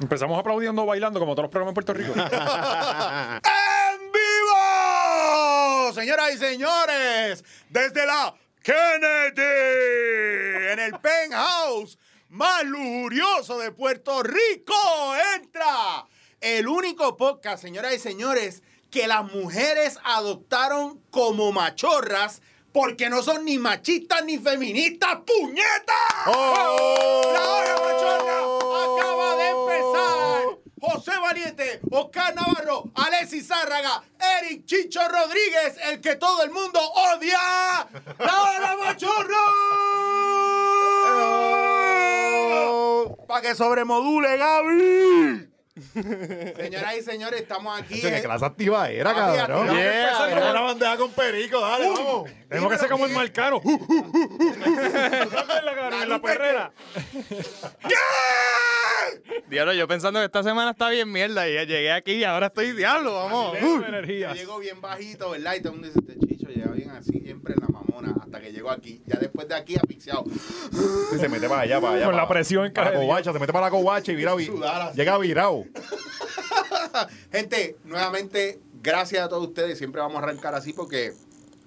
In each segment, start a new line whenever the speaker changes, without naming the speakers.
Empezamos aplaudiendo, bailando, como todos los programas en Puerto Rico. ¡En vivo!
Señoras y señores, desde la Kennedy, en el penthouse más lujurioso de Puerto Rico, entra el único podcast, señoras y señores, que las mujeres adoptaron como machorras porque no son ni machistas ni feministas, ¡puñeta!
¡Oh!
La hora machorra acaba de empezar. José Valiente, Oscar Navarro, Alexis Zárraga, Eric Chicho Rodríguez, el que todo el mundo odia. ¡La hora machorra! Para que sobremodule, Gaby. Señoras y señores, estamos aquí.
Che,
¿eh?
qué clase activa era,
Papi,
cabrón.
activa.
Yeah.
Empezar Uh,
Era una bandeja con perico, dale, vamos.
Tenemos que ser como el marcano. Uh, uh, uh, uh. En la, cara, en la perrera.
Diablo, yo pensando que esta semana está bien mierda y ya llegué aquí y ahora estoy diablo, vamos.
Uh.
Lleno
Uh.
de
Yo
energías.
llego bien bajito, ¿verdad? Y todo el mundo dice, este chicho llega bien así, siempre en la mamona, hasta que llegó aquí. Ya después de aquí, asfixiado.
Y se mete para allá, para allá.
Con la
para-
presión en
para
cada
la
día.
covacha, se mete para la covacha y vira, vi-
Sudar así.
llega virado.
Gente, nuevamente, gracias a todos ustedes. Siempre vamos a arrancar así porque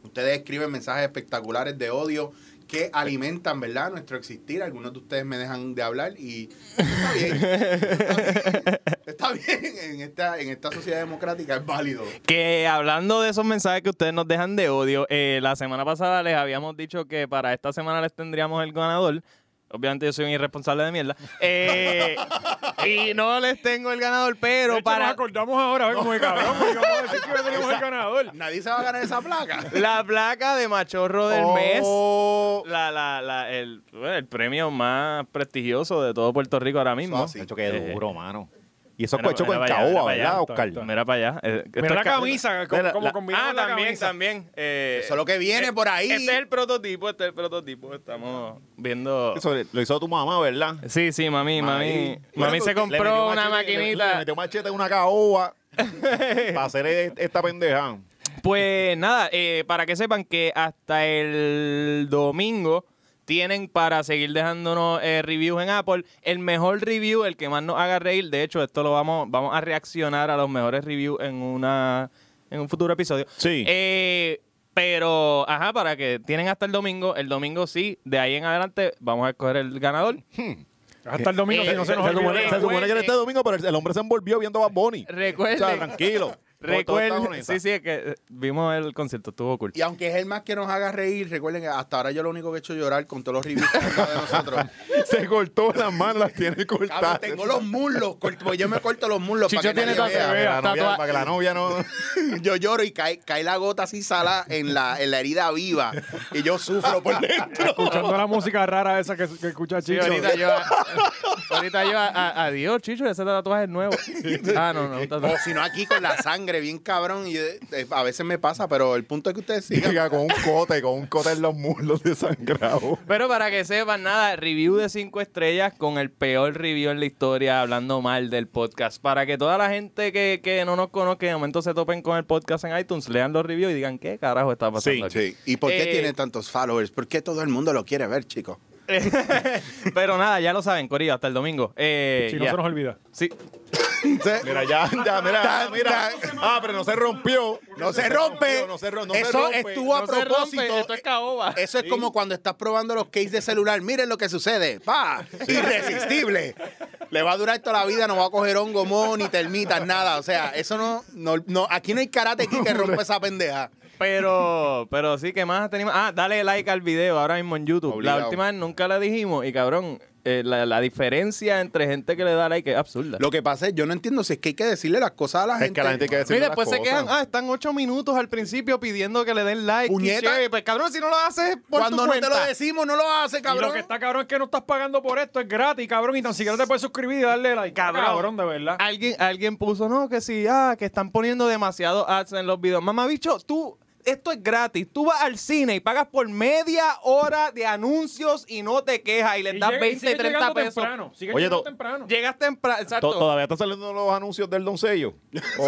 ustedes escriben mensajes espectaculares de odio que alimentan, ¿verdad? Nuestro existir. Algunos de ustedes me dejan de hablar y está bien. Está bien. Está bien. En esta, en esta sociedad democrática es válido.
Que hablando de esos mensajes que ustedes nos dejan de odio, eh, la semana pasada les habíamos dicho que para esta semana les tendríamos el ganador. Obviamente yo soy un irresponsable de mierda. Eh, y no les tengo el ganador, pero
De hecho, nos
para
acordamos ahora, ¿ves? Como de cabrón, porque vamos a decir que tenemos el ganador.
Nadie se va a ganar esa placa.
la placa de machorro del mes.
Oh.
la, la, la, el, el premio más prestigioso de todo Puerto Rico ahora mismo.
Eso así.
De Ah, hecho, qué
Eh.
duro, mano. Y eso
Mira,
fue hecho
mira
con
para allá, mira
caoba,
para allá,
¿verdad,
está,
Oscar?
está.
Mira para allá. eh, esto
Mira
es
la
ca-
camisa,
Mira,
cómo, cómo
la-
combinamos
Ah,
la
también,
camisa.
también. eh,
Eso es lo que viene por ahí.
Este es el prototipo, este es el prototipo. Estamos viendo.
Eso lo hizo tu mamá, ¿verdad?
Sí, sí, mami, mami. Mami se
Le metió
compró una
machete- le- Le
maquinita.
metió machete en una caoba para hacer e- esta pendeja.
Pues nada, eh, para que sepan que hasta el domingo tienen para seguir dejándonos eh, reviews en Apple. El mejor review, el que más nos haga reír. De hecho, esto lo vamos, vamos a reaccionar a los mejores reviews en una en un futuro episodio.
Sí.
Eh, pero, ajá, para que tienen hasta el domingo. El domingo sí, de ahí en adelante vamos a escoger el ganador.
Hasta el domingo,
Eh,
si no se nos
eh, olvida.
se, supone, se
olvida.
eh,
supone que era este domingo, pero el, el hombre se envolvió viendo Bad Bunny.
Recuerden.
O sea, tranquilo. Todo- todo
Recuerden,
está
sí, sí, es que eh, vimos el concierto, estuvo cool.
Y aunque es el más que nos haga reír, recuerden que hasta ahora yo lo único que he hecho es llorar con todos los reviews que han dado de nosotros.
Se cortó las manos, las tiene cortadas.
Cabrón, tengo los muslos cortos, porque yo me corto los muslos
Chicho
para que
tiene
nadie
tatu-
vea.
Para que la novia-
tatua-
para que la novia no.
Yo lloro y cae, cae la gota así sala en la, en la herida viva. Y yo sufro por dentro.
Escuchando la música rara esa que, que escucha
Sí,
Chicho.
ahorita yo, ahorita yo, a- a- adiós, Chicho, ese tatuaje es nuevo. Ah, no, no, un
O
tatuaje.
si no aquí con la sangre bien cabrón. Y eh, a veces me pasa, pero el punto es que ustedes sigan.
Llega con un cote, con un cote en los muslos desangrado.
Pero para que sepan, nada, review de 5 estrellas con el peor review en la historia, hablando mal del podcast. Para que toda la gente que, que no nos conozca, de momento se topen con el podcast en iTunes, lean los reviews y digan, ¿qué carajo está pasando aquí?
Sí. ¿Y por qué
Eh,
tiene tantos followers? ¿Por qué todo el mundo lo quiere ver, chicos?
Pero nada, ya lo saben, Corillo, hasta el domingo. Eh,
Si no
ya.
se nos olvida.
Sí.
Mira, ya, ya, mira, mira. Ah, pero no se rompió.
No se rompe.
No se rompe.
Eso estuvo a
No se rompe,
propósito. eh,
esto es caoba.
Eso es como cuando estás probando los cakes de celular. Miren lo que sucede. ¡Pa! Irresistible. Le va a durar toda la vida, no va a coger hongo, moho, ni termitas, nada. O sea, eso no, no, no- Aquí no hay karate aquí que rompe esa pendeja.
Pero, pero sí, que más tenemos? Ah, dale like al video ahora mismo en YouTube. La
Obligado.
última vez nunca la dijimos y cabrón, eh, la, la diferencia entre gente que le da like es absurda.
Lo que pasa es, yo no entiendo si es que hay que decirle las cosas a la
Es
gente.
que la gente hay que decir.
Mira, después se quejan, ah, están ocho minutos al principio pidiendo que le den like. y
Puñeta.
share. Pues cabrón, si no lo haces es por
Cuando
tu
no
cuenta.
te lo decimos, no lo hace,
Y
cabrón.
lo que está cabrón es que no estás pagando por esto, es gratis, cabrón, y tan siquiera te puedes suscribir y darle like. Cabrón, de verdad.
Alguien, alguien puso, no, que sí, ah, que están poniendo demasiado ads en los videos. Mamá, bicho, tú esto es gratis. Tú vas al cine y pagas por media hora de anuncios y no te quejas y les das 20, 30 pesos.
Temprano, sigue
Oye,
llegando
to-
temprano.
Llegas temprano. Exacto.
To- Todavía están saliendo los anuncios del doncello. Oh,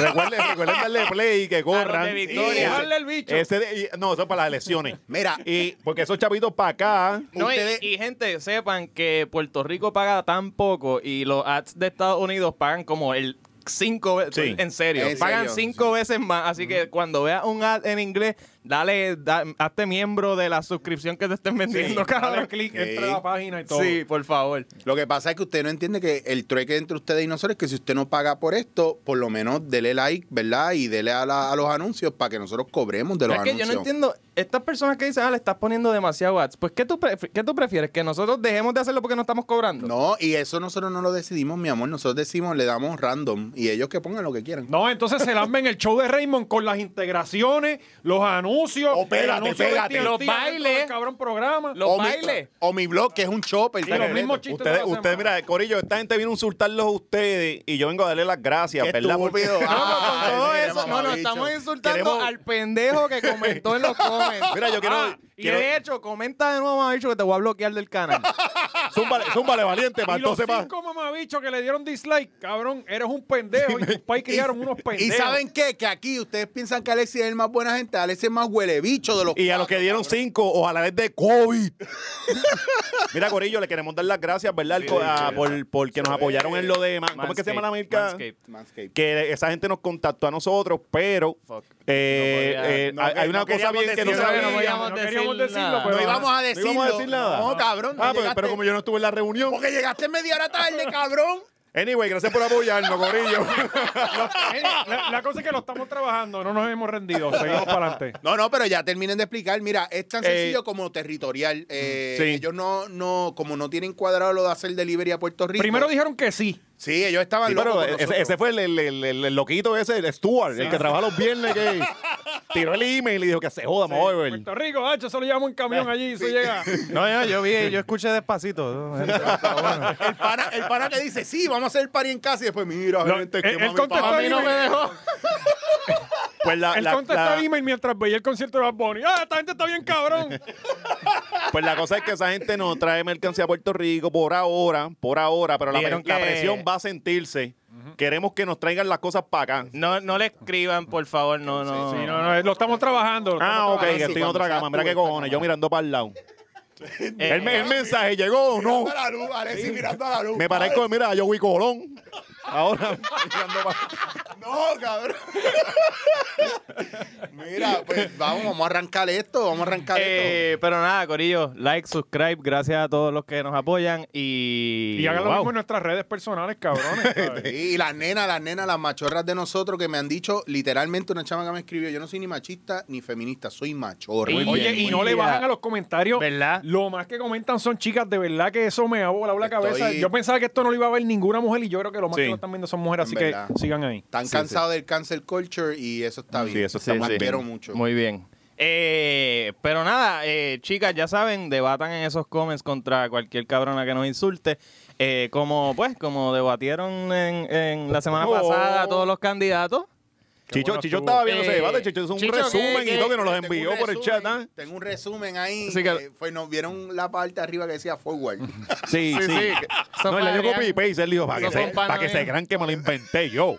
recuerden, recuerden darle play y que corran.
de Victoria.
Sí.
Darle el bicho.
Ese de- y- no, eso es para las elecciones.
Mira,
Y porque esos chavitos para acá.
No, y-
Ustedes-
y, gente, sepan que Puerto Rico paga tan poco y los ads de Estados Unidos pagan como el cinco veces.
Sí.
En serio,
En
pagan
serio,
cinco veces más. Así que cuando veas un ad en inglés, dale, da- hazte miembro de la suscripción que te estén vendiendo,
Dale
cabrón.
clic,
Ok.
entra a la página y todo.
Sí, por favor.
Lo que pasa es que usted no entiende que el trueque entre ustedes y nosotros es que si usted no paga por esto, por lo menos dele like, ¿verdad? Y dele a, la- a los anuncios para que nosotros cobremos de los
Es que yo
anuncios.
no entiendo, estas personas que dicen, ah, le estás poniendo demasiado ads. Pues, ¿qué tú, pref- qué tú prefieres? ¿Que nosotros dejemos de hacerlo porque no estamos cobrando?
No, y eso nosotros no lo decidimos, mi amor. Nosotros decimos, le damos random y ellos que pongan lo que quieran.
No, entonces se lamben el show de Raymond con las integraciones, los anuncios,
Oh, pégate,
el anuncio de
pégate.
TNT
Los
adentro
bailes.
del cabrón programa.
Los
o
bailes.
Mi, o mi blog, que es un chopper.
Y los
secreto.
mismos chistes de
Ustedes,
la
ustedes,
semana.
mira, Corillo, esta gente vino a insultarlos a ustedes y yo vengo a darle las gracias,
Qué
¿verdad? Porque-
estúpido.
No,
Ay,
con todo
mira,
eso, no, no,
mamabicho.
estamos insultando
Queremos-
al pendejo que comentó en los comments.
Mira, yo quiero-
Ah, y
quiero-
de hecho, comenta de nuevo, mamabicho, que te voy a bloquear del canal.
Zúmbale, zúmbale, valiente, para
Y los
Oh, entonces pa-
cinco mamabichos que le dieron dislike, cabrón, eres un pendejo y tus pais criaron unos
Y
pendejos.
saben qué? Que aquí ustedes piensan que Alexis es el más buena gente. Alexis es más huele bicho de los.
Y a los que dieron cinco, ojalá es de COVID. Mira, Corillo, le queremos dar las gracias, ¿verdad? Al co- a- por, porque nos apoyaron en lo de. Man- ¿Cómo es que se llama la
Manscaped,
marca?
Manscaped.
Manscaped.
Que esa gente nos contactó a nosotros, pero
Fuck.
eh,
No podía-
eh,
no,
hay- hay
no
una cosa
queríamos
bien que no
decirlo,
sabemos.
no
sabíamos
queríamos
decir
decirlo,
nada.
pero
No íbamos a
íbamos
decirlo.
a decir nada.
No, cabrón.
Ah,
no
pero,
llegaste-
pero como yo no estuve en la reunión.
Porque llegaste media hora tarde, cabrón.
Anyway, gracias por apoyarnos, Corillo.
eh, La, la cosa es que lo estamos trabajando, no nos hemos rendido, seguimos para adelante.
No, no, pero ya terminen de explicar. Mira, es tan
Eh,
sencillo como territorial. Eh,
sí.
Ellos no, no, como no tienen cuadrado lo de hacer delivery a Puerto Rico.
Primero dijeron que sí.
Sí, ellos estaban
Sí,
locos
pero
con
ese,
nosotros.
ese fue el, el- el- el- el loquito ese, el Stuart, el que trabaja los viernes, que tiró el email y dijo que se joda, me voy a ver.
Puerto Rico, ah, eso lo llevamos en camión allí, eso llega.
No, no, yo vi, yo escuché despacito.
El pana, el pana que dice, sí, vamos a hacer el party en casa y después, mira,
Lo-
gente,
él-
que
él
mami,
contestó
papá,
a mí, no me dejó.
Pues la,
Él
la-
contestó
la-
el email mientras veía el concierto de Bad Bunny. Ah, esta gente está bien cabrón.
pues la cosa es que esa gente no trae mercancía a Puerto Rico por ahora, por ahora, pero la,
Dijeron
la
que-
presión va a sentirse. Queremos que nos traigan las cosas para acá.
No, no le escriban, por favor, no, no. Eh,
Sí, no, no, lo estamos trabajando. lo
Ah,
estamos
ok, que estoy en otra cama. Mira qué cojones, yo mirando para el lado.
Eh,
El, me- el mensaje llegó o no.
mirando a la luz, Alexis, mirando a la luz.
Me parezco, mira, yo Joey Colón. Ahora mirando para
No, cabrón. mira, pues vamos, vamos a arrancar esto, vamos a arrancar esto.
eh, pero nada, Corillo, like, subscribe, gracias a todos los que nos apoyan y.
Y hagan lo
wow.
mismo en nuestras redes personales, cabrones. ¿sabes?
Sí, y las nenas, las nenas, las machorras de nosotros que me han dicho, literalmente una chama que me escribió, yo no soy ni machista ni feminista, soy machorra.
Muy
Oye,
bien,
y
muy
no le
bien.
bajan a los comentarios.
¿Verdad?
Lo más que comentan son chicas, de verdad que eso me ha volado la
Estoy-
cabeza. Yo pensaba que esto no lo iba a ver ninguna mujer y yo creo que lo más
Sí.
que lo están viendo son mujeres,
En
así
verdad.
que sigan ahí.
Están cansados del cancel culture y eso está bien.
Sí, eso está
Los
muy bien.
quiero mucho.
Muy bien. Eh, pero nada, eh, chicas, ya saben, debatan en esos comments contra cualquier cabrona que nos insulte. Eh, como, pues, como debatieron en, en la semana
Oh.
pasada todos los candidatos.
Chicho,
bueno
Chicho
estuvo.
estaba viendo ese
Eh,
debate, Chicho hizo un
Chicho, ¿qué-
resumen
qué-
y todo que nos los
Tengo un
envió por el
resumen,
chat, ¿ah?
Tengo un resumen ahí.
Así que-
eh, fue, nos vieron la parte arriba que decía forward.
¿ah? Sí, sí.
Eso
No,
fue
y le dio
Adrián.
copy y paste, él dijo, para que,
Eso fue
se,
un pana
para que
mío.
se crean que me lo inventé yo.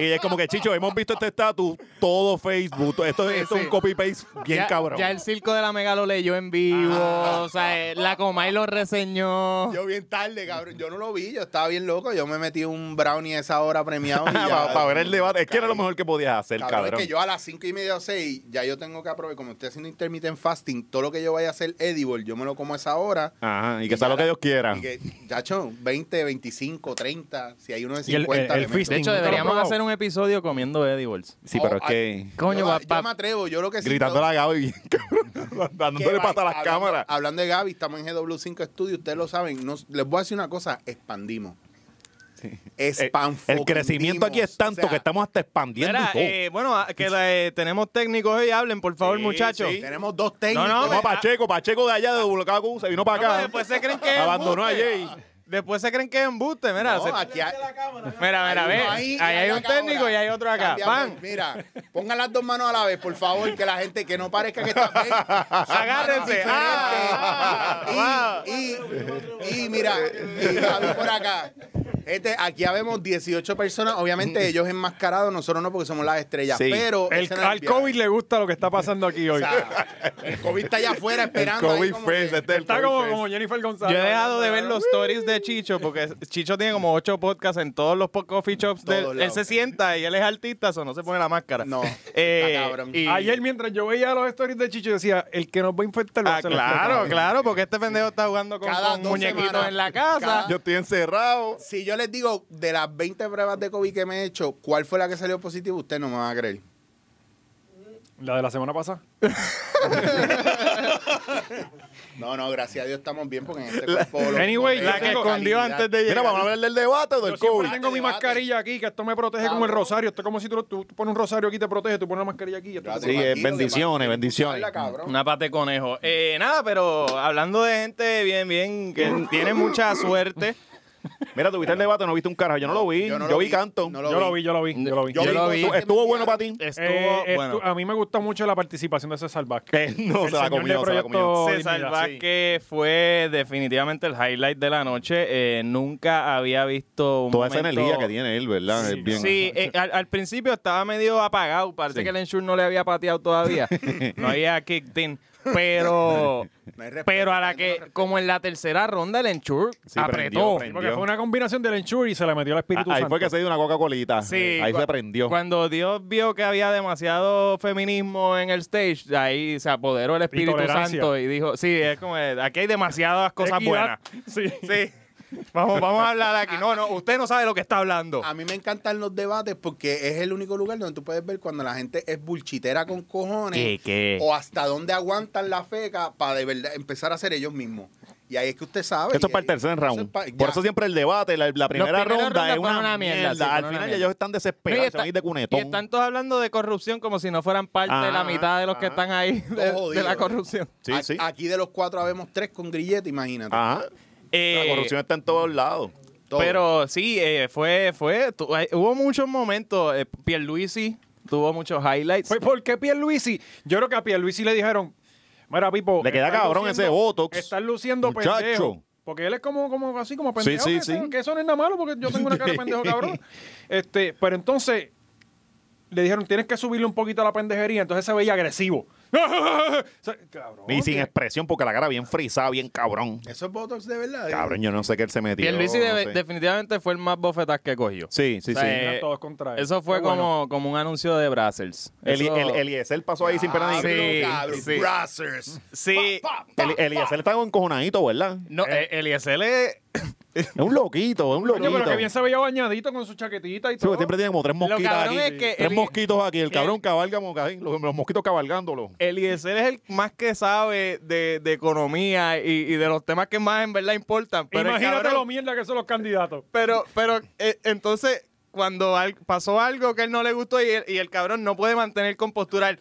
Y es como que, Chicho, hemos visto este estatus, todo Facebook, to- esto, esto es
sí.
un copy paste bien
ya,
cabrón. Ah.
ya el circo de la mega lo leyó en vivo. o sea, eh, la Comay lo reseñó.
yo bien tarde, cabrón. Yo no lo vi, yo estaba bien loco. Yo me metí un brownie a esa hora premiado. y ya-
para, ver el debate, es que era lo mejor que podías hacer,
Cabrón,
cabrón.
es que yo a las 5 y media o 6 ya yo tengo que aprobar. Como estoy haciendo intermittent fasting, todo lo que yo vaya a hacer edible, yo me lo como a esa hora.
Ajá, Ah, y que
Y
sea
ya
lo que
la-
Dios quiera.
Y que, chacho, 20, 25, 30. Si hay uno de
Y el-
50,
el- el
le meto.
feasting.
De
¿Nunca
hecho,
lo
deberíamos
probó?
hacer un episodio comiendo edibles.
Sí,
Oh,
pero es
ay,
que
Coño,
yo,
va-
yo
va-
me atrevo, yo lo que sí-
gritando a la Gaby, cabrón,
que
dándole
va-
pata a las
hablando-
cámaras.
Hablando de Gaby, estamos en GW5 Studio, ustedes lo saben. Nos- les voy a decir una cosa, expandimos.
Eh, El,
Expandimos.
el crecimiento aquí es
O
tanto
sea,
que estamos hasta expandiendo
Mira,
y todo.
eh, bueno, ah, que la, eh, tenemos técnicos hoy, hablen, por favor,
Sí,
muchachos.
sí.
Tenemos dos técnicos.
No,
Tenemos
me-
a Pacheco, Pacheco de allá de WKQ se vino para
ah. No,
acá.
pues, después se creen que es
Abandonó a
embuste.
Jay.
Después se creen que es embuste, mira.
No,
se-
aquí hay-
Mira, mira,
uno
ve.
ahí,
Ahí, hay
acá
un técnico
ahora.
y hay otro acá.
Cambia,
¡Pam!
pues, Mira, pongan las dos manos a la vez, por favor, que la gente que no parezca que está bien.
Agárrense. Ah, ah,
y, y, y mira, y Javi por acá. Este, aquí habemos 18 personas, obviamente ellos enmascarados, nosotros no porque somos las estrellas,
Sí.
pero
El-
ese no es
al
viaje.
COVID le gusta lo que está pasando aquí
O
hoy.
sea, el COVID está allá afuera
El
esperando. ahí
COVID
como
Fest.
que-
este es el
Está
COVID
como,
Fest.
como Jennifer González.
Yo he dejado de ver
hablando,
los stories de Chicho porque Chicho tiene como ocho podcasts en todos los po- coffee shops.
Todos
del- él
lados.
se sienta y él es artista, o no se pone la máscara.
No,
Eh,
está cabrón.
y-
Ayer mientras yo veía los stories de Chicho, yo decía, el que nos va a infectar va
Ah,
a ser
claro, claro, porque este pendejo está jugando con,
Cada
con
dos
muñequitos
semanas.
en la casa.
Cada-
Yo estoy encerrado.
Si yo les digo de las 20 pruebas de COVID que me he hecho, ¿cuál fue la que salió positiva? Usted no me va a creer.
La de la semana pasada.
No, no, gracias a Dios estamos bien porque en este cuerpo... los-
Anyway,
los-
La que
tengo
escondió
calidad.
antes de llegar.
Mira, vamos a hablar del debate o del
Yo siempre
COVID.
tengo mi
Debate.
mascarilla aquí, que esto me protege como el rosario. Esto es como si tú, lo- tú- tú pones un rosario aquí y te protege, tú pones la mascarilla aquí y esto te
Gracias,
Sí,
protege.
es
Tranquilo,
bendiciones, bendiciones.
Habla, cabrón.
Una pata de conejo. Eh, nada, pero hablando de gente bien, bien, que tiene mucha suerte.
Mira, tuviste el debate, no viste un carajo. Yo no lo vi. Yo,
Yo no lo
vi,
vi,
canto.
no
Yo lo vi, yo lo vi, yo lo vi.
Yo
Yo lo vi.
Estuvo, estuvo bueno para ti.
Estuvo,
Eh, estu-
bueno.
a mí me gusta mucho la participación de César Vázquez.
Eh, no,
El
se la
señor
comió,
de
se la comió.
proyecto-
César
dignidad, sí.
Vázquez fue definitivamente el highlight de la noche. Eh, nunca había visto un
Toda esa
momento-
energía que tiene él, ¿verdad?
Sí,
es bien.
Sí, eh, al, al principio estaba medio apagado. Parece
Sí.
que el Ensure no le había pateado todavía. no había kicked in. Pero,
No hay respeto,
pero a la
no hay
que,
respeto.
como en la tercera ronda, el Ensure
Sí,
apretó.
prendió,
Porque
Dios.
fue una combinación del Enchur y se le metió el Espíritu
Ah, Ahí
Santo.
fue que se dio una Coca-Colita.
Sí,
Eh, Ahí
cua-
se prendió.
Cuando Dios vio que había demasiado feminismo en el stage, ahí se apoderó el Espíritu
tolerancia.
Santo y dijo, sí, es como, eh, aquí hay demasiadas cosas buenas.
Equidad. Sí.
Sí. Vamos, vamos a hablar aquí. No, no, usted no sabe lo que está hablando.
Ah,
A mí me encantan los debates porque es el único lugar donde tú puedes ver cuando la gente es bulchitera con cojones
¿Qué, qué?
o hasta dónde aguantan la feca para de verdad empezar a ser ellos mismos. Y ahí es que usted sabe.
Esto
y
es para el
ahí-
tercer
eso
round.
es pa-
Por
ya.
eso siempre el debate, la, la primera
primeras
ronda
rondas
es una,
fueron una mierda,
mierda.
sí, fueron
Al
una
final ya
mierda.
ellos están desesperados,
No, y
están ahí de
Y
cunetón.
están todos hablando de corrupción como si no fueran parte de la
Ah,
mitad de los que
ah.
están ahí de, de
jodido,
la
eh.
corrupción.
Sí,
A-
sí. Ah,
Aquí de los cuatro habemos tres con grillete, imagínate.
Ajá.
Eh,
la corrupción está en todos lados.
Todo.
Pero sí, eh, fue, fue, tu- hay- hubo muchos momentos. Eh, Pierluisi tuvo muchos highlights.
Pues, ¿por qué Pierluisi? Yo creo que a Pierluisi le dijeron, mira, Pipo.
Le queda
estás
cabrón ese botox.
Estás luciendo
Muchacho.
pendejo. Porque él es como, como así, como
Sí,
pendejo.
sí,
que,
sí.
Eso, que eso no es nada malo porque yo tengo una cara de pendejo cabrón. Este, pero entonces le dijeron, tienes que subirle un poquito a la pendejería. Entonces se veía agresivo. O sea, cabrón,
Y sin
que-
expresión, porque la cara bien frisada, bien cabrón.
Eso es Botox de verdad. ¿eh?
Cabrón, yo no sé qué él se metió.
Pierluisi
no
debe-
sé.
definitivamente fue el más bofetaz que cogió.
Sí, sí,
O sea,
sí.
eh,
todos contra él.
Eso fue
Qué bueno.
como, como un anuncio de Brazzers.
El,
Eso-
el, Eliezer pasó ahí sin pena ni
sí.
gloria.
cabrón.
sí.
Brazzers.
sí.
El, Eliezer está encojonadito, ¿verdad?
No, eh, Eliezel es...
Es un loquito, es un
Coño,
loquito.
pero que bien se veía bañadito con su chaquetita y
Sí,
todo.
porque siempre tiene como tres mosquitas
cabrón
aquí.
es que
tres
el-
mosquitos aquí. El cabrón
el-
cabalga como caín, los, los mosquitos cabalgándolo.
Eliezer es el más que sabe de, de economía y, y de los temas que más en verdad importan. Pero el
Imagínate
cabrón-
lo mierda que son los candidatos.
Pero, pero eh, entonces, cuando al- pasó algo que él no le gustó y el, y el cabrón no puede mantener compostura, él,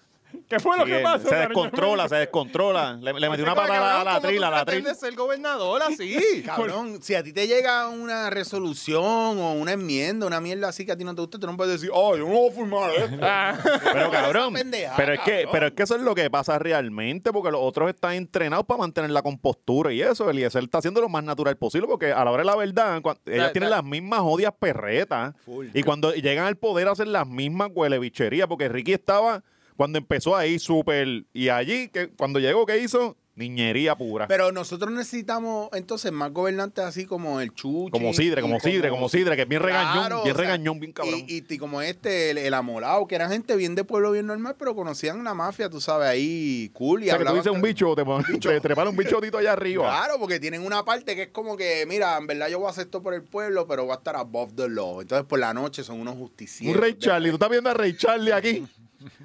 ¿Qué fue lo
Sí,
que
él
pasó?
se
cariño?
descontrola, se descontrola. Le, le metió una
"Pero,
patada a
cabrón,
la
¿cómo tú
atril, a la atril.
pretendes ser gobernador así?
Cabrón, si a ti te llega una resolución o una enmienda, una mierda así que a ti no te gusta, tú no puedes decir, oh, yo no voy a firmar esto.
Pero cabrón,
Esa pendejada,
pero es que,
cabrón.
pero es que eso es lo que pasa realmente, porque los otros están entrenados para mantener la compostura y eso. Eliezer está haciendo lo más natural posible, porque a la hora de la verdad, cuan- ellas
Ta-
tienen
ta-
las mismas odias perretas.
Full.
Y cuando llegan al poder hacen las mismas huelebicherías, porque Ricky estaba cuando empezó ahí súper. Y allí, que cuando llegó, ¿qué hizo? Niñería pura.
Pero nosotros necesitamos entonces más gobernantes así como el Chuchi.
como
y
Sidre, como Sidre, como Sidre, que es bien regañón,
Claro,
bien
o sea,
regañón, bien cabrón.
Y, y- y como este, el, el amolado, que era gente bien de pueblo, bien normal, pero conocían la mafia, tú sabes, ahí cool. Y
o sea, que tú
hablaban
dices un
con-
bicho, te, te treparon un bichotito allá arriba.
Claro, porque tienen una parte que es como que, mira, en verdad yo voy a hacer esto por el pueblo, pero voy a estar above the law. Entonces por la noche son unos
Un
justicieros.
Rey
De-
Charlie, tú estás viendo a Rey Charlie aquí.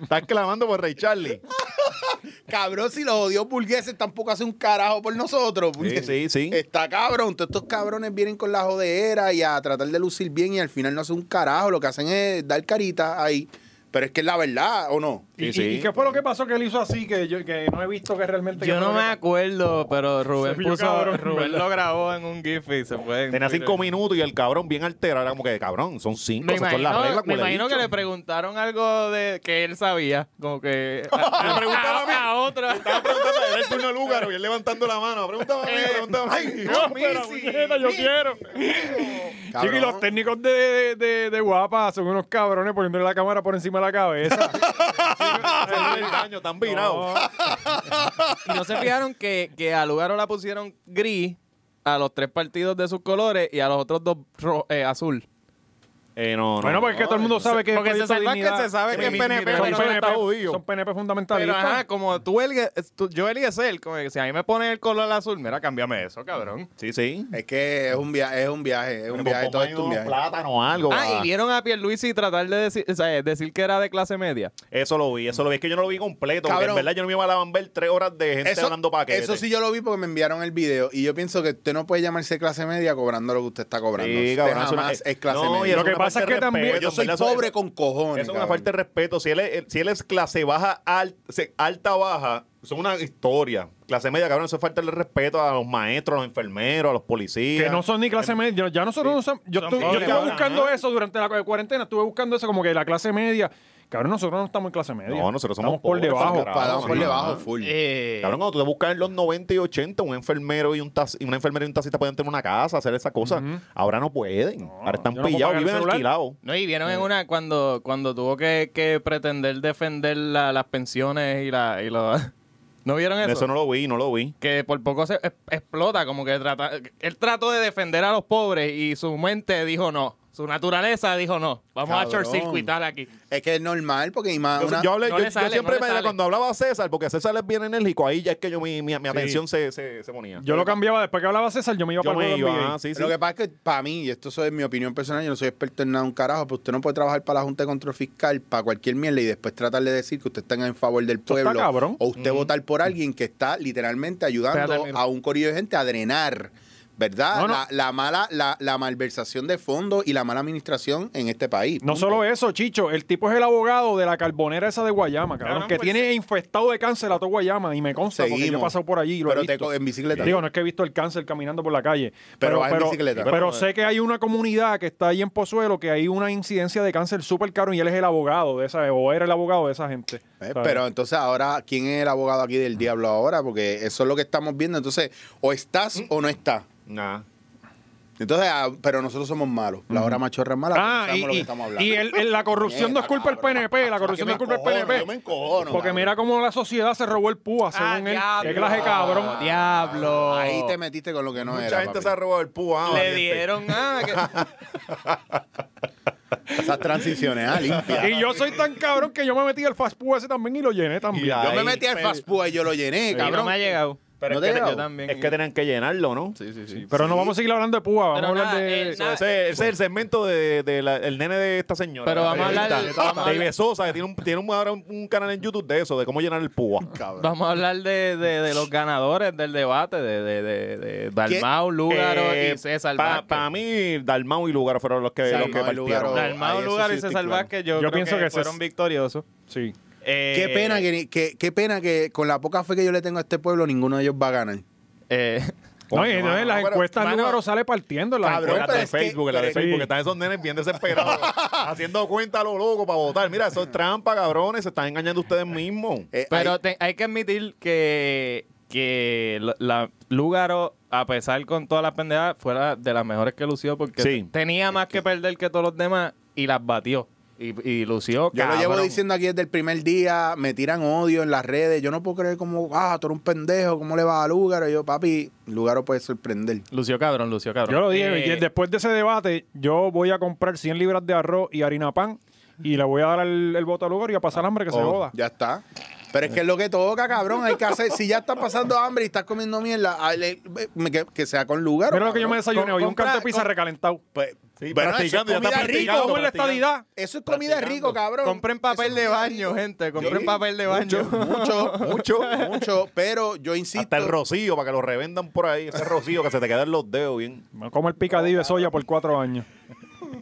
Estás clamando por Rey Charlie.
Cabrón, si los odios burgueses tampoco hacen un carajo por nosotros. puñet.
sí, sí.
Está cabrón. Todos estos cabrones vienen con la jodera y a tratar de lucir bien y al final no hacen un carajo. Lo que hacen es dar carita ahí. Pero es que es la verdad, ¿o no?
¿Y,
Sí,
y-
sí.
y qué fue lo que pasó que él hizo así? Que yo que no he visto que realmente.
Yo no me acuerdo, pero Rubén
Se vio
puso.
cabrón,
Rubén
¿verdad?
lo grabó en un GIF y se fue. en
Tenía
Twitter.
cinco minutos y el cabrón bien alterado. Era como que, cabrón, son cinco.
Me
esas son
imagino,
las reglas,
me
culebicho.
imagino que le preguntaron algo de que él sabía. Como que. a- a-
preguntaron a mí.
a, a otra.
Estaba preguntando, era el turno de Lugaro y él levantando la mano. Pregúntame a
Eh,
mí, pregúntame a mí.
No, pero, puñeta, yo quiero. Chico, y los
Cabrón.
técnicos de, de, de Guapa son unos cabrones poniéndole la cámara por encima de la cabeza.
Hace 30 años, tan virado.
Y no se fijaron que, que a Lugaro la pusieron gris a los tres partidos de sus colores y a los otros dos ro- eh, azul.
Eh, no, no.
Bueno, pues, porque es que todo el mundo sabe que.
Porque se
Proyecto
salva que
Dignidad-
se sabe que es
Sí,
PNP,
son
pero no
PNP,
está judío.
Son PNP
Pero
fundamentalistas.
ajá, como tú, el, tú yo el Eliezer, como que si a mí me pone el color azul, mira, cámbiame eso, cabrón.
Sí, sí.
Es que es un viaje, es un viaje, es un
Pero pues,
viaje,
pon-
todo
pon
esto es un
ahí
viaje.
unos plátanos o algo.
Ah,
va.
y vieron a Pierluisi tratar de decir, o sea, eh, decir que era de clase media.
Eso lo vi, eso lo vi. Es que yo no lo vi completo. porque en
Cabrón.
verdad yo no me iba a ver tres horas de gente hablando paquetes.
eso sí yo lo vi porque me enviaron el video y yo pienso que usted no puede llamarse clase media cobrando lo que usted está cobrando.
Sí,
Usted
cabrón, eso
jamás
no-
es clase
no, y
media.
eso
Lo que
es una
pasa es
falta
que
de
también-
respeto,
Yo
en
soy
verdad, eso-
pobre con cojones.
Eso es una
cabrón.
falta de respeto. Si él es, si él es clase baja, al- se- alta, baja, eso es una historia. Clase media, cabrón, eso es falta de respeto a los maestros, a los enfermeros, a los policías.
Que no son ni clase media. Ya nosotros no somos. Yo, estu- yo
pobres,
estuve
cabrón,
buscando
ajá.
eso durante la cu- cuarentena. Estuve buscando eso como que la clase media. Cabrón, nosotros no estamos en clase media.
No, nosotros somos
Estamos por
pobres,
debajo.
carajo.
Pagamos por
Sí,
debajo,
ajá. Eh,
full.
Eh,
Cabrón, cuando tú te buscas en los 90 y 80, un enfermero y un taxi, una enfermera y un taxista pueden tener una casa, hacer esas cosas. Ahora no pueden. Ahora están
yo no puedo
pillados,
pagar el
viven
celular.
alquilados.
No, y vieron en una cuando, cuando tuvo que, que pretender defender la- las pensiones y la y lo- ¿No vieron eso?
Eso no lo vi, no lo vi.
Que por poco se es- explota, como que trata, él trató de defender a los pobres y su mente dijo no. Su naturaleza dijo no. Vamos a
Cabrón.
short circuitar aquí.
Es que es normal porque y más
Yo,
una-
yo hablé-
no
yo-
le
yo
sale,
siempre
no le
me-
sale.
cuando hablaba a César, porque César es bien enérgico, ahí ya es que yo mi, mi- mi atención se, se, se ponía.
Eh,
Yo lo cambiaba después que hablaba César, yo me iba
Yo
para
me
el juego de NBA.
iba, ah, sí, sí.
Lo que pasa es que para mí, y esto eso es mi opinión personal, yo no soy experto en nada un carajo, pero usted no puede trabajar para la Junta de Control Fiscal, para cualquier mierda, y después tratar de decir que usted está en favor del
está
pueblo.
cabrón.
O usted votar por alguien que está literalmente ayudando
Espérate, mira.
a un corillo de gente a drenar. ¿Verdad?
No, no.
La, la mala, la, la malversación de fondos y la mala administración en este país.
No
punto.
solo eso, Chicho, el tipo es el abogado de la carbonera esa de Guayama, cabrón,
Cabrón,
que
pues,
tiene infestado de cáncer a todo Guayama y me consta porque yo he
eh, Seguimos.
pasado por allí y lo he
Pero te
visto.
co- en bicicleta.
Digo, no es que he visto el cáncer caminando por la calle, pero,
Pero vas en bicicleta. eh.
pero sé que hay una comunidad que está ahí en Pozuelo que hay una incidencia de cáncer súper caro y él es el abogado de esa, o era el abogado de esa gente.
Eh,
¿sabes?
Pero entonces ahora, ¿quién es el abogado aquí del diablo ahora? Porque eso es lo que estamos viendo. Entonces, o estás o no estás.
Nah.
Entonces, ah, pero nosotros somos malos. La hora machorra es mala. pero
Ah,
sabemos
y,
lo que
y-
estamos hablando.
y el- el- la corrupción no es culpa del PNP, la corrupción no es culpa del
Yo me
PNP.
encojono.
Porque
cabrón.
mira cómo la sociedad se robó el púa, según él. Qué clase de cabrón.
Ah, Diablo.
Ahí te metiste con lo que no
Mucha
era.
gente
papi.
se ha robado el púa. ah,
Le
valiente.
dieron ah, que-
Esas transiciones, ah, limpias.
Y yo soy tan cabrón que yo me metí al fast food ese también y lo llené también.
Y ahí-
Yo me metí al fast food y yo lo llené,
Y no
cabrón.
me ha llegado.
Pero
Pero
¿No es te que ha llegado?
yo también.
Es que tenían que llenarlo, ¿no?
Sí, sí, sí.
Pero no vamos a seguir hablando de púa, vamos
Pero
a hablar
nada,
de...
eh, nada.
Ese, ese es el segmento del de, la- el nene de esta señora.
Pero
la
vamos a hablar-
periodista,
vamos a hablar-
David Sosa, que tiene, un, tiene un- ahora un, un canal en YouTube de eso, de cómo llenar el púa.
Cabrón.
Vamos a hablar de, de, de los ganadores del debate, de, de, de, de Dalmau, Lugaro
Eh,
y César
pa-
Vázquez.
Para mí, Dalmau y Lugaro fueron los que,
Sí,
los que
Dalmau y Lugaro.
partieron.
Dalmau,
Ahí eso
Lugaro
sí
y
estoy
César
claro.
Vázquez yo,
Yo
creo
pienso
que,
que
fueron
Cés-
victoriosos.
Sí.
Eh,
Qué pena que, ni- que- qué pena que con la poca fe que yo le tengo a este pueblo, ninguno de ellos va a ganar.
eh,
No,
Coño,
y
mano,
entonces las
pero-
encuestas
mano,
Lugaro sale partiendo. las
Cabrón,
encuestas.
Pero
pero
de
es que-
Facebook, la de
pero-
Facebook,
sí.
que están esos nenes bien desesperados, haciendo cuenta a lo loco para votar. Mira, eso es trampa, cabrones, se están engañando ustedes mismos.
Eh,
pero
ahí-
te- hay que admitir que, que lo- la, Lugaro, a pesar con todas las pendejadas, fue la- de las mejores que lució porque
Sí.
tenía más que perder que todos los demás y las batió. Y, y lució,
Yo lo llevo
cabrón.
diciendo aquí desde el primer día, me tiran odio en las redes. Yo no puedo creer como, ah, tú eres un pendejo, ¿cómo le vas a Lugaro? Y yo, papi, Lugaro puede sorprender.
Lució cabrón, lució cabrón.
Yo lo dije,
Eh,
y después de ese debate, yo voy a comprar 100 libras de arroz y harina pan y le voy a dar el, el voto a Lugaro y a pasar hambre que se
Oh,
joda.
Ya está. Pero es que es lo que toca, cabrón. Hay que hacer, si ya estás pasando hambre y estás comiendo mierda, ah, hazle- que, que sea con Lugaro.
Mira lo que yo me
cabrón.
desayuné
Con-
hoy, un
compra-
canto de pizza
con-
recalentado.
Pues,
Sí,
bueno, eso es
practicando, ya está
comida rico.
practicando.
¿Cómo es la estadidad?
Eso es comida rico, cabrón.
Compren
Eso
papel
es
de
comida
baño,
rico.
gente. Compren
Sí,
papel de baño.
Mucho, mucho, mucho. Pero yo insisto.
Hasta el rocío, para que lo revendan por ahí. Ese rocío que se te queda en los dedos bien.
Me como el picadillo de soya por cuatro años.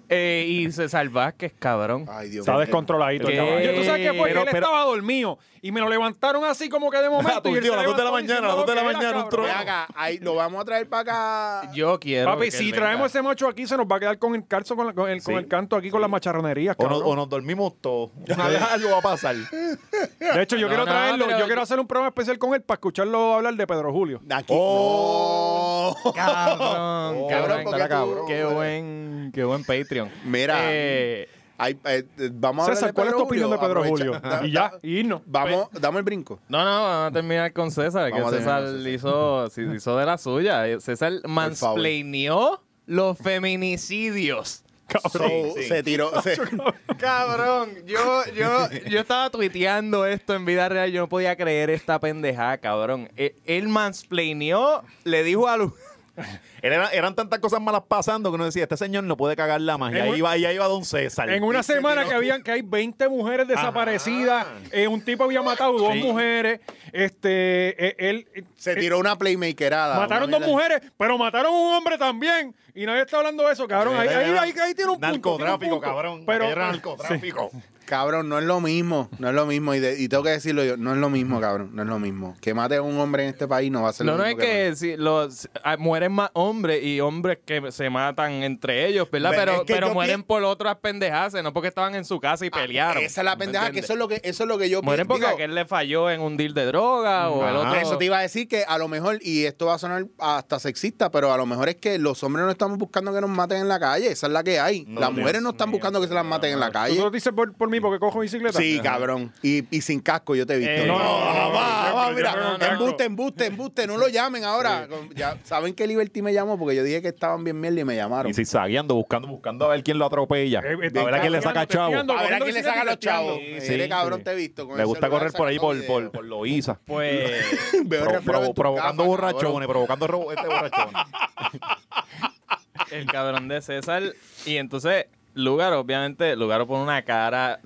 Eh, y César Vázquez, cabrón.
Ay, Dios
Está
mío.
descontroladito el
¿Qué?
caballo. Yo, ¿Tú sabes qué fue?
Pero-
que él
pero-
estaba dormido y me lo levantaron así como que de
Ah,
momento.
tú,
y él
tío,
se
a las dos de la
levantó
mañana, a
diciendo
las dos de la
lo que era,
mañana, un
cabrón.
Ven acá, ahí lo vamos a traer para acá.
Yo quiero.
Papi,
que
si
él
traemos
venga.
ese mocho aquí, se nos va a quedar con el, calzo, con la- con el, con
Sí.
el canto aquí, con las macharronerías,
O, no-
cabrón.
o nos dormimos todos. Algo va a pasar.
De hecho, yo
No,
quiero
no,
traerlo,
pero-
yo quiero hacer un programa especial con él para escucharlo hablar de Pedro Julio.
Aquí.
Oh.
No.
Cabrón,
Oh,
cabrón,
cabrón, porque tú-
qué buen, qué buen Patreon.
Mira.
Eh,
Ay, eh, eh, vamos a hablar
César,
de
¿cuál es tu opinión
Pedro
de
Julio?
Pedro
Aprovecha-
Julio?
da-
Y ya, y irnos.
Vamos, dame el brinco.
no, no, vamos a terminar con César, que
Vamos a terminar
César
con César.
hizo, sí, hizo de la suya. Eh, César mansplainió los feminicidios.
So,
sí.
Se tiró. se-
Cabrón, yo, yo, yo estaba tuiteando esto en vida real, yo no podía creer esta pendejada, cabrón. Él, él mansplainió, le dijo a Lu...
Era- eran tantas cosas malas pasando que uno decía, este señor no puede cagar la más. Y
En
ahí
un-
iba, y ahí iba Don César.
En una semana que habían que hay 20 mujeres
Ah.
desaparecidas, eh, un tipo había matado dos mujeres, este, eh, él eh,
Se tiró una playmakerada.
mataron
Una
dos
mierda.
mujeres, pero mataron un hombre también y nadie está hablando de eso, cabrón. Ahí, ahí, ahí, ahí tiene un punto,
Narcotráfico,
tiene un punto.
cabrón.
Pero ah, pues,
Aquello era narcotráfico.
Cabrón, no es lo mismo. No es lo mismo. Y, de- y tengo que decirlo yo. No es lo mismo, cabrón. No es lo mismo. Que mate a un hombre en este país no va a ser
No,
lo
no es
mismo.
que si los ah, mueren más hombres y hombres que se matan entre ellos, ¿verdad?
Ve,
Pero,
es que
pero
yo pi-
mueren
Ah,
por otras pendejadas, no porque estaban en su casa y pelearon.
Esa es la
¿me
pendeja, que
entiendes?
eso es lo que, eso es lo que yo
Mueren
pienso.
porque
Digo, Ah,
aquel le falló en un deal de droga o el
Ajá.
otro.
Eso te iba a decir que a lo mejor, y esto va a sonar hasta sexista, pero a lo mejor es que los hombres no estamos buscando que nos maten en la calle. Esa es la que hay.
No,
las mujeres
Dios
no están
mío,
buscando que se las maten en la
¿Tú
calle.
lo dices por, por mí porque cojo bicicleta?
Sí,
Ajá.
cabrón. Y, y sin casco, yo te he visto.
Eh,
no, no,
no,
no,
no, jamás,
no,
jamás,
no,
mira,
no, no, no.
embuste, embuste, embuste, no lo llamen ahora. Con- Ya, ¿Saben que Liberty me llamó? Porque yo dije que estaban bien mierda y me llamaron.
Y si saqueando, buscando, buscando a ver quién lo atropella.
Eh, eh,
a ver a quién le saca
testeando,
chavo.
testeando.
a ver a
cogiendo
quién le
bicicleta
sacan
y
los chavos.
testeando.
Ese
Sí,
cabrón
sí.
te he visto. Con
Le
el
gusta
celular
correr por ahí por,
sacando
por,
video.
por Loíza.
Pues.
Veo el
Pro-
reflejo
provo-
en tu
provocando
gafa,
borrachones, provocando ro- este borrachón.
el cabrón de César. Y entonces, Lugar, obviamente, Lugar pone una cara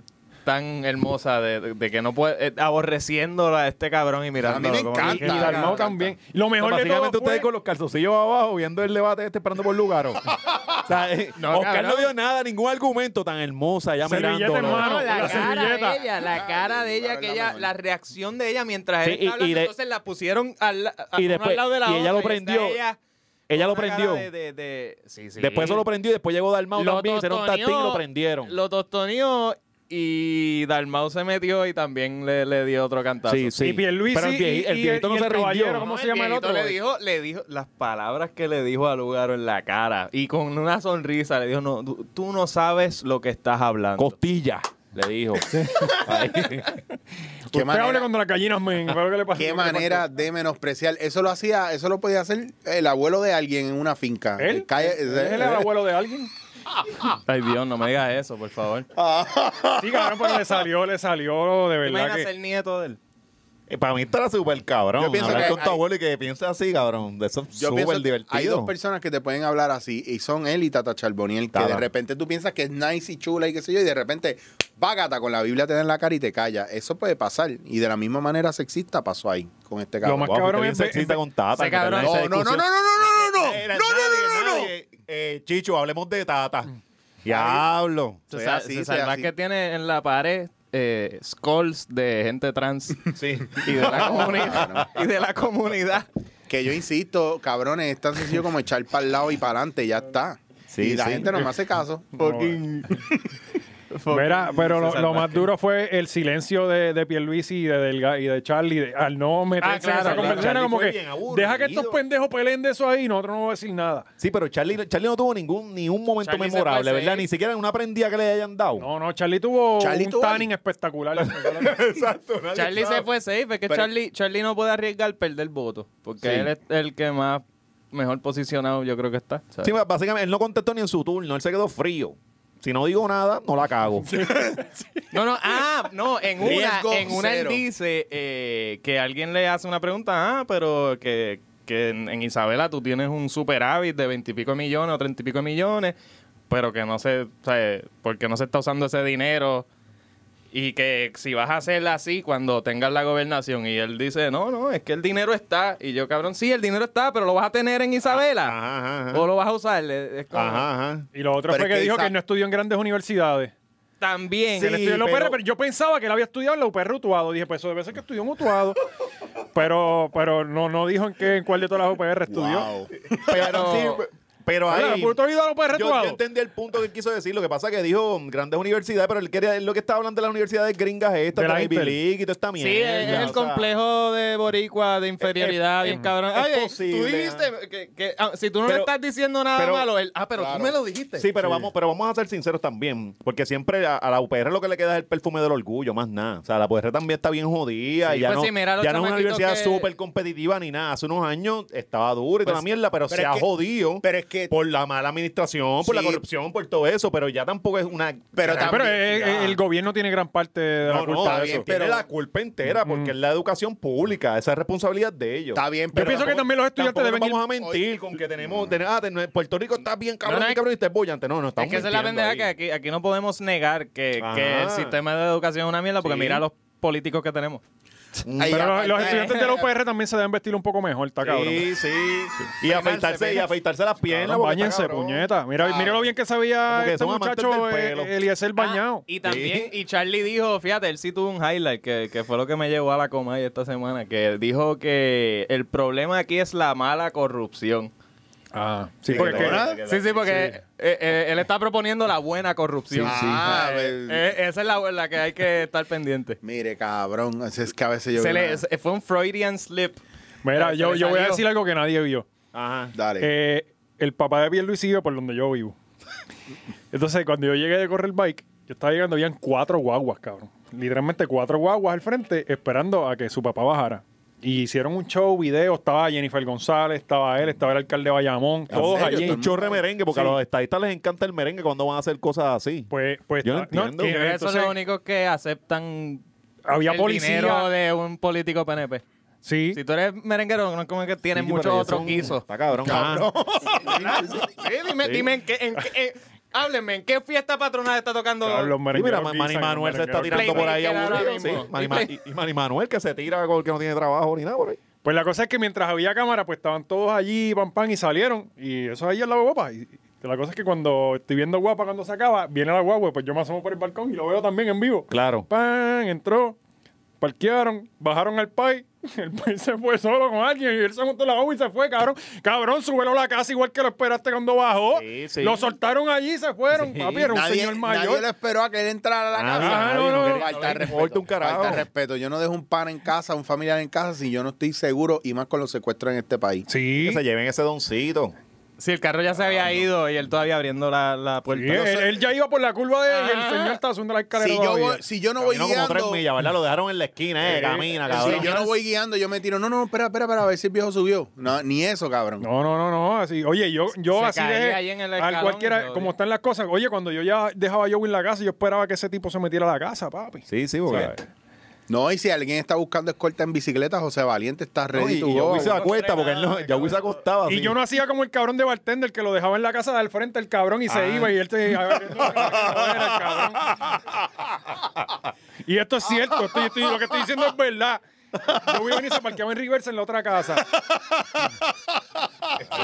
tan hermosa de, de- de que no puede, eh, aborreciéndolo a este cabrón y mirándolo.
me
como-
Y
encanta.
y-
la armó
Claro.
también. Y Lo mejor de todo
Básicamente
pues.
fue-
ustedes con los calzoncillos abajo viendo el debate este esperando por Lugaro. o sea, eh,
No,
Oscar
cabrón.
no vio nada, ningún argumento tan hermosa ya
Servilleta en
mirándolo.
mano.
No, la,
la
cara
servilleta.
de ella, la cara de ella,
Lugar
que
es la
ella,
mejor.
la reacción de ella mientras
Sí,
él está
y- y
hablando,
de-
entonces la pusieron al, la- a-
y
una
después-
al lado de la
y ella lo
otra, está
prendió. Ella
con
lo
una cara
prendió.
de- de- de- sí, sí.
Después eso lo prendió y después llegó Dalmau
Lo
también, hicieron un
tostoneó,
tastín y lo prendieron.
Lo tostoneó y Dalmau se metió y también le, le dio otro cantazo.
Sí, sí.
Y Pierluisi
Pero el, vie-
y-
el
y-
viejito
y
no
el
se
caballero,
rindió.
¿cómo
No,
se llama el
viejito
otro?
Le dijo, le dijo las palabras que le dijo a Lugaro en la cara y con una sonrisa le dijo, no, tú, tú no sabes lo que estás hablando.
Costilla, le dijo. Ahí.
cabrón.
Usted
Qué
habla
manera,
cuando las gallinas men. fue lo que le pasó,
qué
lo que le
manera
pasó.
de menospreciar. Eso lo hacía, eso lo podía hacer el abuelo de alguien en una finca.
¿Él?
El calle- eh,
¿Él ¿Es el abuelo de alguien?
Ay Dios, no me digas eso, por favor.
Sí, cabrón, pero le salió, le salió de verdad que...
nieto de él?
Eh, Para mí estará súper cabrón.
Yo pienso
Hablar
que
con tu
hay-
abuelo y que piensa así, cabrón. De eso es
Yo pienso
súper
que
divertido.
hay dos personas que te pueden hablar así y son él y Tata Charboniel, que
Tata.
de repente tú piensas que es nice y chula y qué sé yo, y de repente, vágata con la Biblia te da en la cara y te calla. Eso puede pasar. Y de la misma manera sexista pasó ahí con este
Lo
cabrón.
más
Guau,
cabrón
fuiste
es
bien
ver-
sexista
es-
con Tata.
ese
que tener
cabrón-
esa
No, no, no, no, no,
discusión.
no, no, no, no.
Era
No, no,
nadie,
no, no, no.
nadie. Eh, Chicho, hablemos de Tata. Diablo.
Se
Soy
sa-
así,
se
soy
salva
así.
que tiene en la pared eh, skulls de gente trans
Sí.
y de la comunidad. y de la comunidad.
Que yo insisto, cabrones, es tan sencillo como echar para el lado y para adelante, ya está.
Sí,
y la
sí.
gente no me hace caso.
eh.
Mira, pero lo,
César
lo más
Vázquez.
duro fue el silencio de, de Pierluisi y de, Delga- y de Charlie de- al no meterse
Ah, claro,
en esa
claro.
conversación. era
Charlie
como
fue
que,
bien aburrido.
deja que estos pendejos peleen de eso ahí y nosotros no vamos a decir nada.
Sí, pero Charlie, Charlie no tuvo ningún ni un momento
Charlie se fue
memorable,
seis.
¿verdad? Ni siquiera en una prendida que le hayan dado.
No, no, Charlie tuvo
Charlie
un
tuvo
tanning espectacular.
Exacto. nadie
Charlie
sabe.
se fue safe, es que
Pero-
Charlie, Charlie no puede arriesgar perder voto, porque
Sí.
él es el que más mejor posicionado yo creo que está. ¿sabes?
Sí, básicamente él no contestó ni en su turno, él se quedó frío. Si no digo nada, no la cago.
No, no, ah, no, en una,
Riesgo
en una él
cero.
dice eh, que alguien le hace una pregunta, ah, pero que, que en, en Isabela tú tienes un superávit de veintipico millones o treinta y pico millones, pero que no se, o sea, porque no se está usando ese dinero. Y que si vas a hacerla así cuando tengas la gobernación. Y él dice, no, no, es que el dinero está. Y yo, cabrón, sí, el dinero está, pero lo vas a tener en Isabela.
Ajá, Ah, ajá, ajá.
O lo vas a usar. Es como-
Ajá, ajá.
Y lo otro
Pero
fue
es
que
que
dijo
esa-
que él no estudió en grandes universidades.
También.
que él
Sí,
estudió en la UPR,
pero-
pero yo pensaba que él había estudiado en la UPR Utuado. Dije, pues eso debe ser que estudió en Utuado. pero pero no, no dijo en, qué, en cuál de todas las UPR estudió.
Wow.
Pero,
Pero-
sí, pero
Ahora,
ahí...
¿por qué tú has ido a la UPR
Yo,
Utuado?
yo entendí el punto que él quiso decir. Lo que pasa es que dijo "Mm, grandes universidades, pero él quería él lo que estaba hablando de las universidades gringas estas,
De
de
la
la Ivy
Intel.
League y toda esta
Sí,
mierda.
es
o
el
sea.
complejo de boricua, de inferioridad,
es-
bien cabrón.
es
Ay, ay, tú
posible,
dijiste que, que- ah, si tú no le
Pero-
estás diciendo nada
pero-
malo, él, ah, pero tú
claro.
me lo dijiste.
Sí, pero vamos, pero vamos a ser sinceros también, porque siempre a, a la UPR lo que le queda es el perfume del orgullo, más nada. O sea, la UPR también está bien jodida
Sí,
y ya
pues
no,
sí, mira los
ya no es una
chamaquitos
universidad
que-
súper competitiva ni nada. Hace unos años estaba dura y toda la
Pues,
mierda, pero,
pero
se
es
ha
que-
jodido
pero es que-
por la mala administración, por la
Sí.
corrupción, por todo eso, pero ya tampoco es una...
Pero
Ya,
Pero
también-
eh, eh, el gobierno tiene gran parte de la
no, no,
culpa
está
de
bien,
eso.
tiene
pero-
la culpa entera porque es la educación pública, esa es responsabilidad de ellos.
Está bien, pero
pienso que
tampoco-
también los estudiantes
Tampoco nos
deben ir-
vamos a mentir con que tenemos, ten- ah, ten- Puerto Rico está bien cabrón,
No, no,
bien
es-
cabrón y está bollante. No, no, estamos
Es que esa es la
mintiendo
pendeja
ahí.
que aquí, aquí no podemos negar que,
Ajá.
que el sistema de educación es una mierda, porque
Sí.
mira los políticos que tenemos.
Ahí
Pero los,
aparte-
los estudiantes de la UPR también se deben vestir un poco mejor, está cabrón.
Sí, sí. Y afeitarse, y afeitarse las piernas.
Cabrón,
porque está
Báñense,
cabrón. Ah.
puñeta. Mira,
Claro.
mira lo bien que
Como
sabía
que
este
son amantes
muchacho
del
eh,
pelo.
eh, Eliezer bañado.
Ah, y también, y Charlie dijo, fíjate, él sí tuvo un highlight que, que fue lo que me llevó a la coma ahí esta semana, que él dijo que el problema aquí es la mala corrupción.
Ah, sí,
Sí,
porque
que la-
¿verdad?
que la-
Sí, sí, porque eh, eh, él está proponiendo la buena corrupción.
Sí, sí. Ah,
Eh,
pues-
eh, esa es la, la que hay que estar pendiente.
Mire, cabrón, es- es que a veces yo...
Se
veo
le-
una-
se- fue un Freudian slip.
Mira,
Se
yo,
le
yo voy a
salió.
decir algo que nadie vio.
Ajá.
Dale.
Eh, el papá de Pierluisi vive por donde yo vivo. Entonces, cuando yo llegué de correr bike, yo estaba llegando, habían cuatro guaguas, cabrón. Literalmente cuatro guaguas al frente esperando a que su papá bajara. Y hicieron un show, video, estaba Jennifer González, estaba él, estaba el alcalde de Bayamón, todos
serio?
allí.
Todo el
Un chorre merengue, porque
Sí.
a los estadistas les encanta el merengue cuando van a hacer cosas así.
Pues, pues
Yo no
está-
entiendo.
que,
Yo
Pero eso es
entonces,
lo único que aceptan
Había
el
policía.
dinero de un político PNP.
Sí,
Si tú eres merenguero, no es como que tienes
Sí,
muchos
pero
otros
son-
guisos.
Está cabrón. Ajá.
Sí, dime,
Sí.
dime en qué, en qué- eh, háblenme, ¿en qué fiesta patronal está tocando?
Cabrón, los
Y mira,
merengueros
Ma-
guisan,
Manny
los
Manuel se está
merengueros
tirando por ahí
Playmaker ahora
aburrido.
mismo.
sí. Manny Ma- y, y Manny Manuel que se tira porque no tiene trabajo ni nada por ahí.
Pues la cosa es que mientras había cámara, pues estaban todos allí, pam, pam, y salieron. Y eso ahí es la guapa. Y y la cosa es que cuando estoy viendo guapa cuando se acaba, viene la guagua, pues yo me asomo por el balcón y lo veo también en vivo.
Claro.
Pan, entró, parquearon, bajaron al pai. El pai se fue solo con alguien y él se montó en la guagua y se fue, cabrón. Cabrón, súbelo a la casa igual que lo esperaste cuando bajó.
Sí, sí.
Lo soltaron allí y se fueron, papi. Era un
Nadie,
señor mayor.
nadie lo esperó a que él entrara a la
Ah,
casa.
no, no, no.
Falta de
No le importa
respeto.
un carajo.
Falta de respeto. Yo no dejo un pan en casa, un familiar en casa, si yo no estoy seguro y más con los secuestros en este país.
Sí.
Que se lleven ese doncito.
Si el carro ya se había ido y él todavía abriendo la, la puerta.
Sí, él, él ya iba por la curva de y el
Ah.
señor estaba subiendo la escalera.
Si yo,
todavía.
voy- si yo no voy
Caminó como tres
guiando,
millas, ¿verdad? Lo dejaron en la esquina, eh.
Eh,
Camina,
sí,
cabrón.
si yo no voy guiando, yo me tiro. No, no, espera, espera, espera, a ver si el viejo subió. No, ni eso, cabrón.
No, no, no, no. Así, oye, yo, yo
Se
así
caía
dejé
ahí en el
al
escalón y se
cualquiera,
jodía.
como están las cosas. Oye, cuando yo ya dejaba a Joey en la casa, yo esperaba que ese tipo se metiera a la casa, papi.
Sí, sí,
porque-
No, y si alguien está buscando escolta en bicicleta, José Valiente está
No,
ready
y
to
y
go.
Yahweh se
No
acuesta
encontré
porque él no,
nada,
Yahweh se
cabrón.
acostaba.
Y
así.
yo no hacía como el cabrón de bartender que lo dejaba en la casa del frente el cabrón y se
Ah.
iba y él te Y esto es cierto, estoy- estoy- lo que estoy diciendo es verdad. Yo voy a venir y se parqueaba en reversa en la otra casa.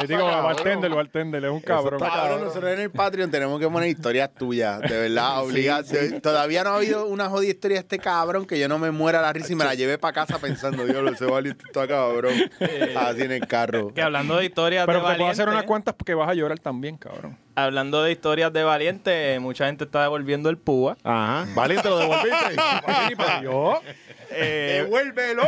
Le digo, bartender, bartender, es un cabrón.
Cabrón, nosotros en el Patreon tenemos que poner historias tuyas, de verdad, obligadas. Todavía no ha habido una jodida historia de este cabrón que yo no me muera la risa y me la llevé para casa pensando, Dios, lo se valiente está cabrón. Así en el carro.
Eh, Que hablando de historias
Pero
de
te puedo
valiente,
hacer unas cuantas porque vas a llorar también, cabrón.
hablando de historias de valiente, mucha gente está devolviendo el púa.
Ajá. Valiente, lo devolviste.
Papi, pero yo.
Eh,
¡Devuélvelo!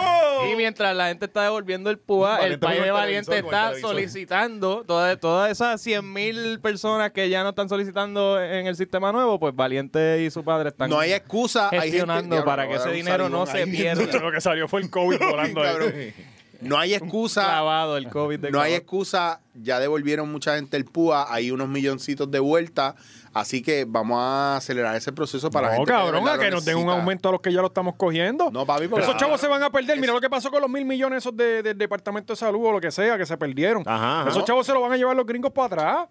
y mientras la gente está devolviendo el púa,
Valiente
el país
con
de
el
valiente
televisor, con el
está
televisor.
solicitando todas todas esas 100 mil personas que ya no están solicitando en el sistema nuevo, pues valiente y su padre están
No hay excusa. hay gente-
gestionando
Diablo,
para que
voy a dar
ese
un
dinero
salivón
no se
ahí.
pierda.
Lo que salió fue el COVID volando
Cabrón.
ahí.
No hay excusa.
clavado el COVID. de
No hay
cabrón.
excusa, ya devolvieron mucha gente el PUA, hay unos milloncitos de vuelta, así que vamos a acelerar ese proceso para la
No,
gente.
cabrón,
de
a
verdad
que
lo
nos den un
necesita.
aumento a los que ya lo estamos cogiendo.
No, papi, porque-
Esos chavos se van a perder. Mira lo que pasó con los mil millones esos de- del Departamento de Salud o lo que sea, que se perdieron.
Ajá, ajá.
Esos chavos se los van a llevar los gringos para atrás.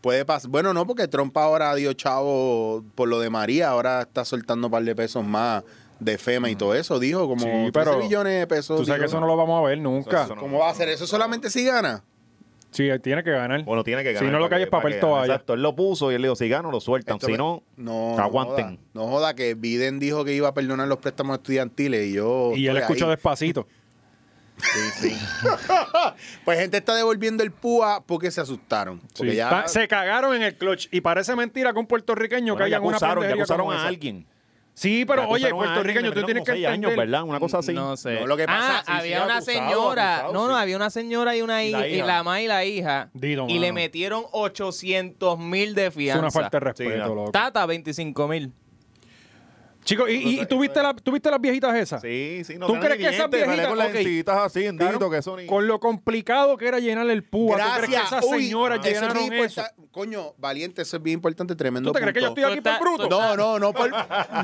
Puede pasar. Bueno, no, porque Trump ahora dio chavo por lo de María, ahora está soltando un par de pesos más de FEMA y todo eso. Dijo como
Sí,
13
pero
billones de pesos.
Tú sabes
dijo.
que eso no lo vamos a ver nunca.
Eso no-
¿Cómo va a ser eso solamente si gana?
Sí, eh, tiene que ganar.
Bueno, tiene que
Si
ganar.
no lo
para
cae es papel
para que gane.
toalla.
Exacto, él lo puso y él le dijo, si gano lo sueltan,
Esto
si
me-
no,
no, no
aguanten.
joda. No joda, que Biden dijo que iba a perdonar los préstamos estudiantiles y yo.
y él
estoy
escuchó
ahí.
despacito.
Pues gente está devolviendo el púa porque se asustaron. Porque
Sí.
ya.
Ta- Se cagaron en el clutch. Y parece mentira que un puertorriqueño
Bueno,
que
ya
haya una
acusaron, ya
pendejería
acusaron
como
a
esa.
alguien.
Sí,
Ya
pero oye,
acusaron a
puertorriqueño,
alguien,
tú
le
tienes que
metieron como seis
entender.
años, ¿verdad? Una cosa así.
No sé.
No, lo que pasa-
ah,
sí, sí,
había una
acusado,
señora.
acusado,
no,
sí.
no, había una señora y una
Y la
hija. Y
hija.
la mamá y la hija.
Dilo,
y le
mano.
metieron 800 mil de
Es
fianza.
una falta de
Sí,
respeto,
ya.
loco.
Tata, 25 mil.
Chicos, ¿y, y, y tú viste la- tú viste las viejitas esas?
Sí, sí, no
¿Tú
ganan
crees
ni
que esas
dientes, sale
viejitas-
con las
ok.
dentitas así, en
Claro,
dito, que son...
Con lo complicado que era llenar el púa. ¿Tú crees que esas
Uy, ah,
señoras
eso es bien
llenaron eso?
importa- Coño, valiente, eso es bien importante, tremendo.
¿Tú te crees que yo
punto.
estoy aquí
Tú
por
estás-
bruto?
No, no, no por,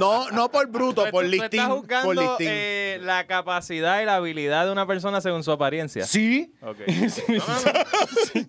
no, no por bruto,
Tú-
por
tú- tú
listín.
estás juzgando,
Por listín.
eh, la capacidad y la habilidad de una persona según su apariencia.
Sí.
Ok.
Sí,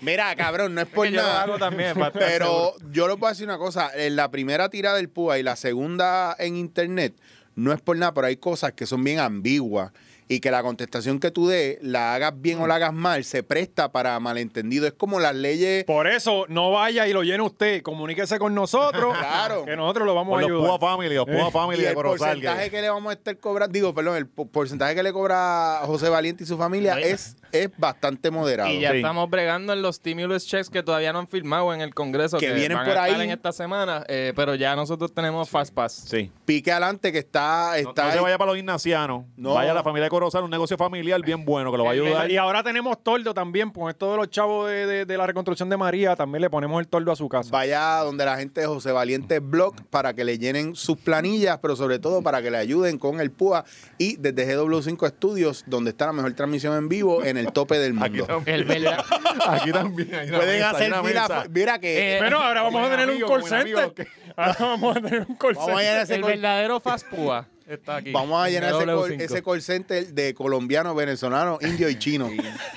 Mira, cabrón, no es por
Que yo lo
nada.
hago también. para estar seguro.
Pero yo les voy a decir una cosa. En la primera tira del PUA y la segunda en internet, no es por nada, pero hay cosas que son bien ambiguas y que la contestación que tú des, la hagas bien o la hagas mal, se presta para malentendido. Es como las leyes...
Por eso, no vaya y lo llene usted. Comuníquese con nosotros.
Claro.
Que nosotros lo vamos
Con
a
los Pua
ayudar.
Family, los
Eh,
Pua Family
Y
de
el
Corozal.
porcentaje que... le vamos a estar cobrando, digo, perdón, el po- porcentaje que le cobra José Valiente y su familia
Ay.
es, es bastante moderado.
Y ya
Sí.
estamos bregando en los stimulus checks que todavía no han firmado en el Congreso.
Que
Que,
vienen
van
por
a estar
ahí.
en esta semana. eh, pero ya nosotros tenemos Fast Pass.
Sí.
Pique adelante que está...
No,
está
no se vaya para los ignacianos.
No.
Vaya a la familia de Corozal, un negocio familiar bien bueno que lo va a ayudar.
Y ahora tenemos toldo también, con esto de los chavos de, de- de la reconstrucción de María, también le ponemos el toldo a su casa.
Vaya donde la gente de José Valiente Blog para que le llenen sus planillas, pero sobre todo para que le ayuden con el PUA y desde GW5 Studios, donde está la mejor transmisión en vivo en el tope del
Aquí
mundo.
también.
El verdad-
Aquí también. hay una
Pueden
mesa, hay
hacer
una
fila.
mesa.
Mira que
Eh,
Bueno, ahora vamos a
Buen
tener
amigo,
un call
buen amigo,
center. Ahora vamos a tener un call
vamos a
center.
llenar ese
el
call,
verdadero Fast Púa está aquí.
vamos a llenar ese call-
W5.
ese call center de colombianos, venezolanos, indios y chinos.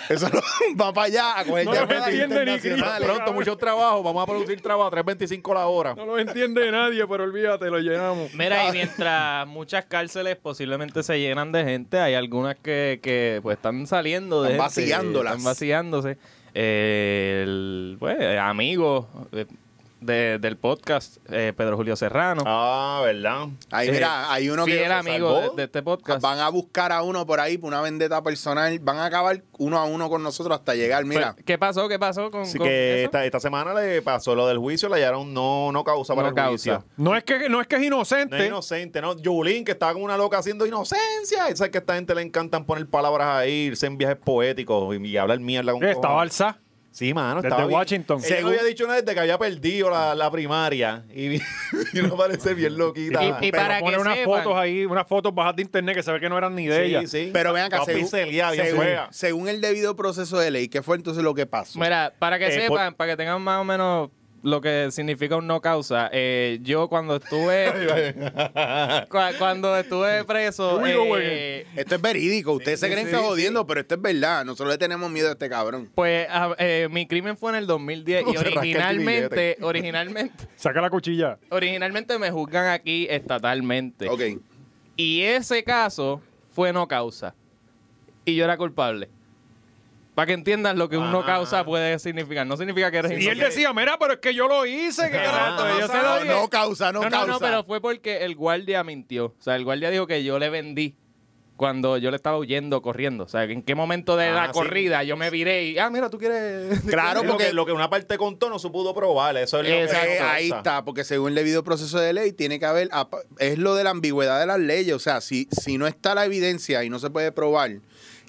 Eso lo, va para allá a coger
No
llamadas
los entiende ni Cristo.
internacionales.
Pero-
Pronto, mucho trabajo. Vamos a producir trabajo a 3.25 la hora.
No lo entiende nadie, pero olvídate, lo llenamos.
Mira, y mientras muchas cárceles posiblemente se llenan de gente, hay algunas que, que, pues están saliendo de
Están
gente,
vaciándolas.
Están vaciándose. Eh, el, pues, eh, amigo eh, de- del podcast, eh, Pedro Julio Serrano.
Ah, ¿verdad?
Ahí,
eh,
mira, hay uno que
fiel amigo de,
salvó. Ah,
de este podcast.
van a buscar a uno por ahí por una vendetta personal, van a acabar uno a uno con nosotros hasta llegar, mira.
Pues, ¿Qué pasó? ¿Qué pasó con,
Así
con
que
eso?
esta, esta semana le pasó lo del juicio, le hallaron no, no causa para
No
el
causa.
juicio.
No es que, no es, que es inocente.
No es inocente, ¿no? Yulín, que estaba como una loca haciendo inocencia. Esa es que a esta gente le encantan poner palabras ahí, irse en viajes poéticos y, y hablar mierda con
Eh, Estaba
cojones.
alza.
Sí, mano.
Desde
estaba bien.
Washington.
Ella no
Según-
había dicho una vez de que había perdido la, la primaria y no parece bien loquita.
Y- y
Pero
para
pone
que
unas
sepan-
fotos ahí, unas fotos bajas de internet que se ve que no eran ni de
Sí,
ella.
sí.
Pero vean acá,
Toda
según-
pixeleada, bien
según,
fea.
según el debido proceso de ley, ¿qué fue entonces lo que pasó?
Mira, para que
Eh, por-
sepan, para que tengan más o menos lo que significa un no causa, eh, yo cuando estuve cua- cuando estuve preso,
Here we go
eh,
Esto es verídico, ustedes se
sí,
creen
sí,
que está
sí.
jodiendo, pero esto es verdad, nosotros le tenemos miedo a este cabrón.
pues ah, eh, mi crimen fue en el 2010 y
Se rasca el
originalmente,
tibillete.
originalmente,
Saca la cuchilla.
originalmente me juzgan aquí estatalmente.
Ok,
Y ese caso fue no causa. Y yo era culpable. Para que entiendas lo que un no
Ah.
causa puede significar. No significa que eres
Y él
inocente.
decía, mira, pero es que yo lo hice. que
Ah,
carajo,
no,
yo se
no,
lo
no,
dije".
no causa, no,
No, no,
causa.
no, pero fue porque el guardia mintió. O sea, el guardia dijo que yo le vendí cuando yo le estaba huyendo, corriendo. O sea, en qué momento de
Ah,
la
sí.
corrida yo me viré y, ah, mira, tú quieres...
Claro,
Sí, lo
porque
que- lo que una parte contó no se pudo probar. Eso es lo que-
Eh, ahí está, porque según el debido proceso de ley tiene que haber, apa- es lo de la ambigüedad de las leyes, o sea, si, si no está la evidencia y no se puede probar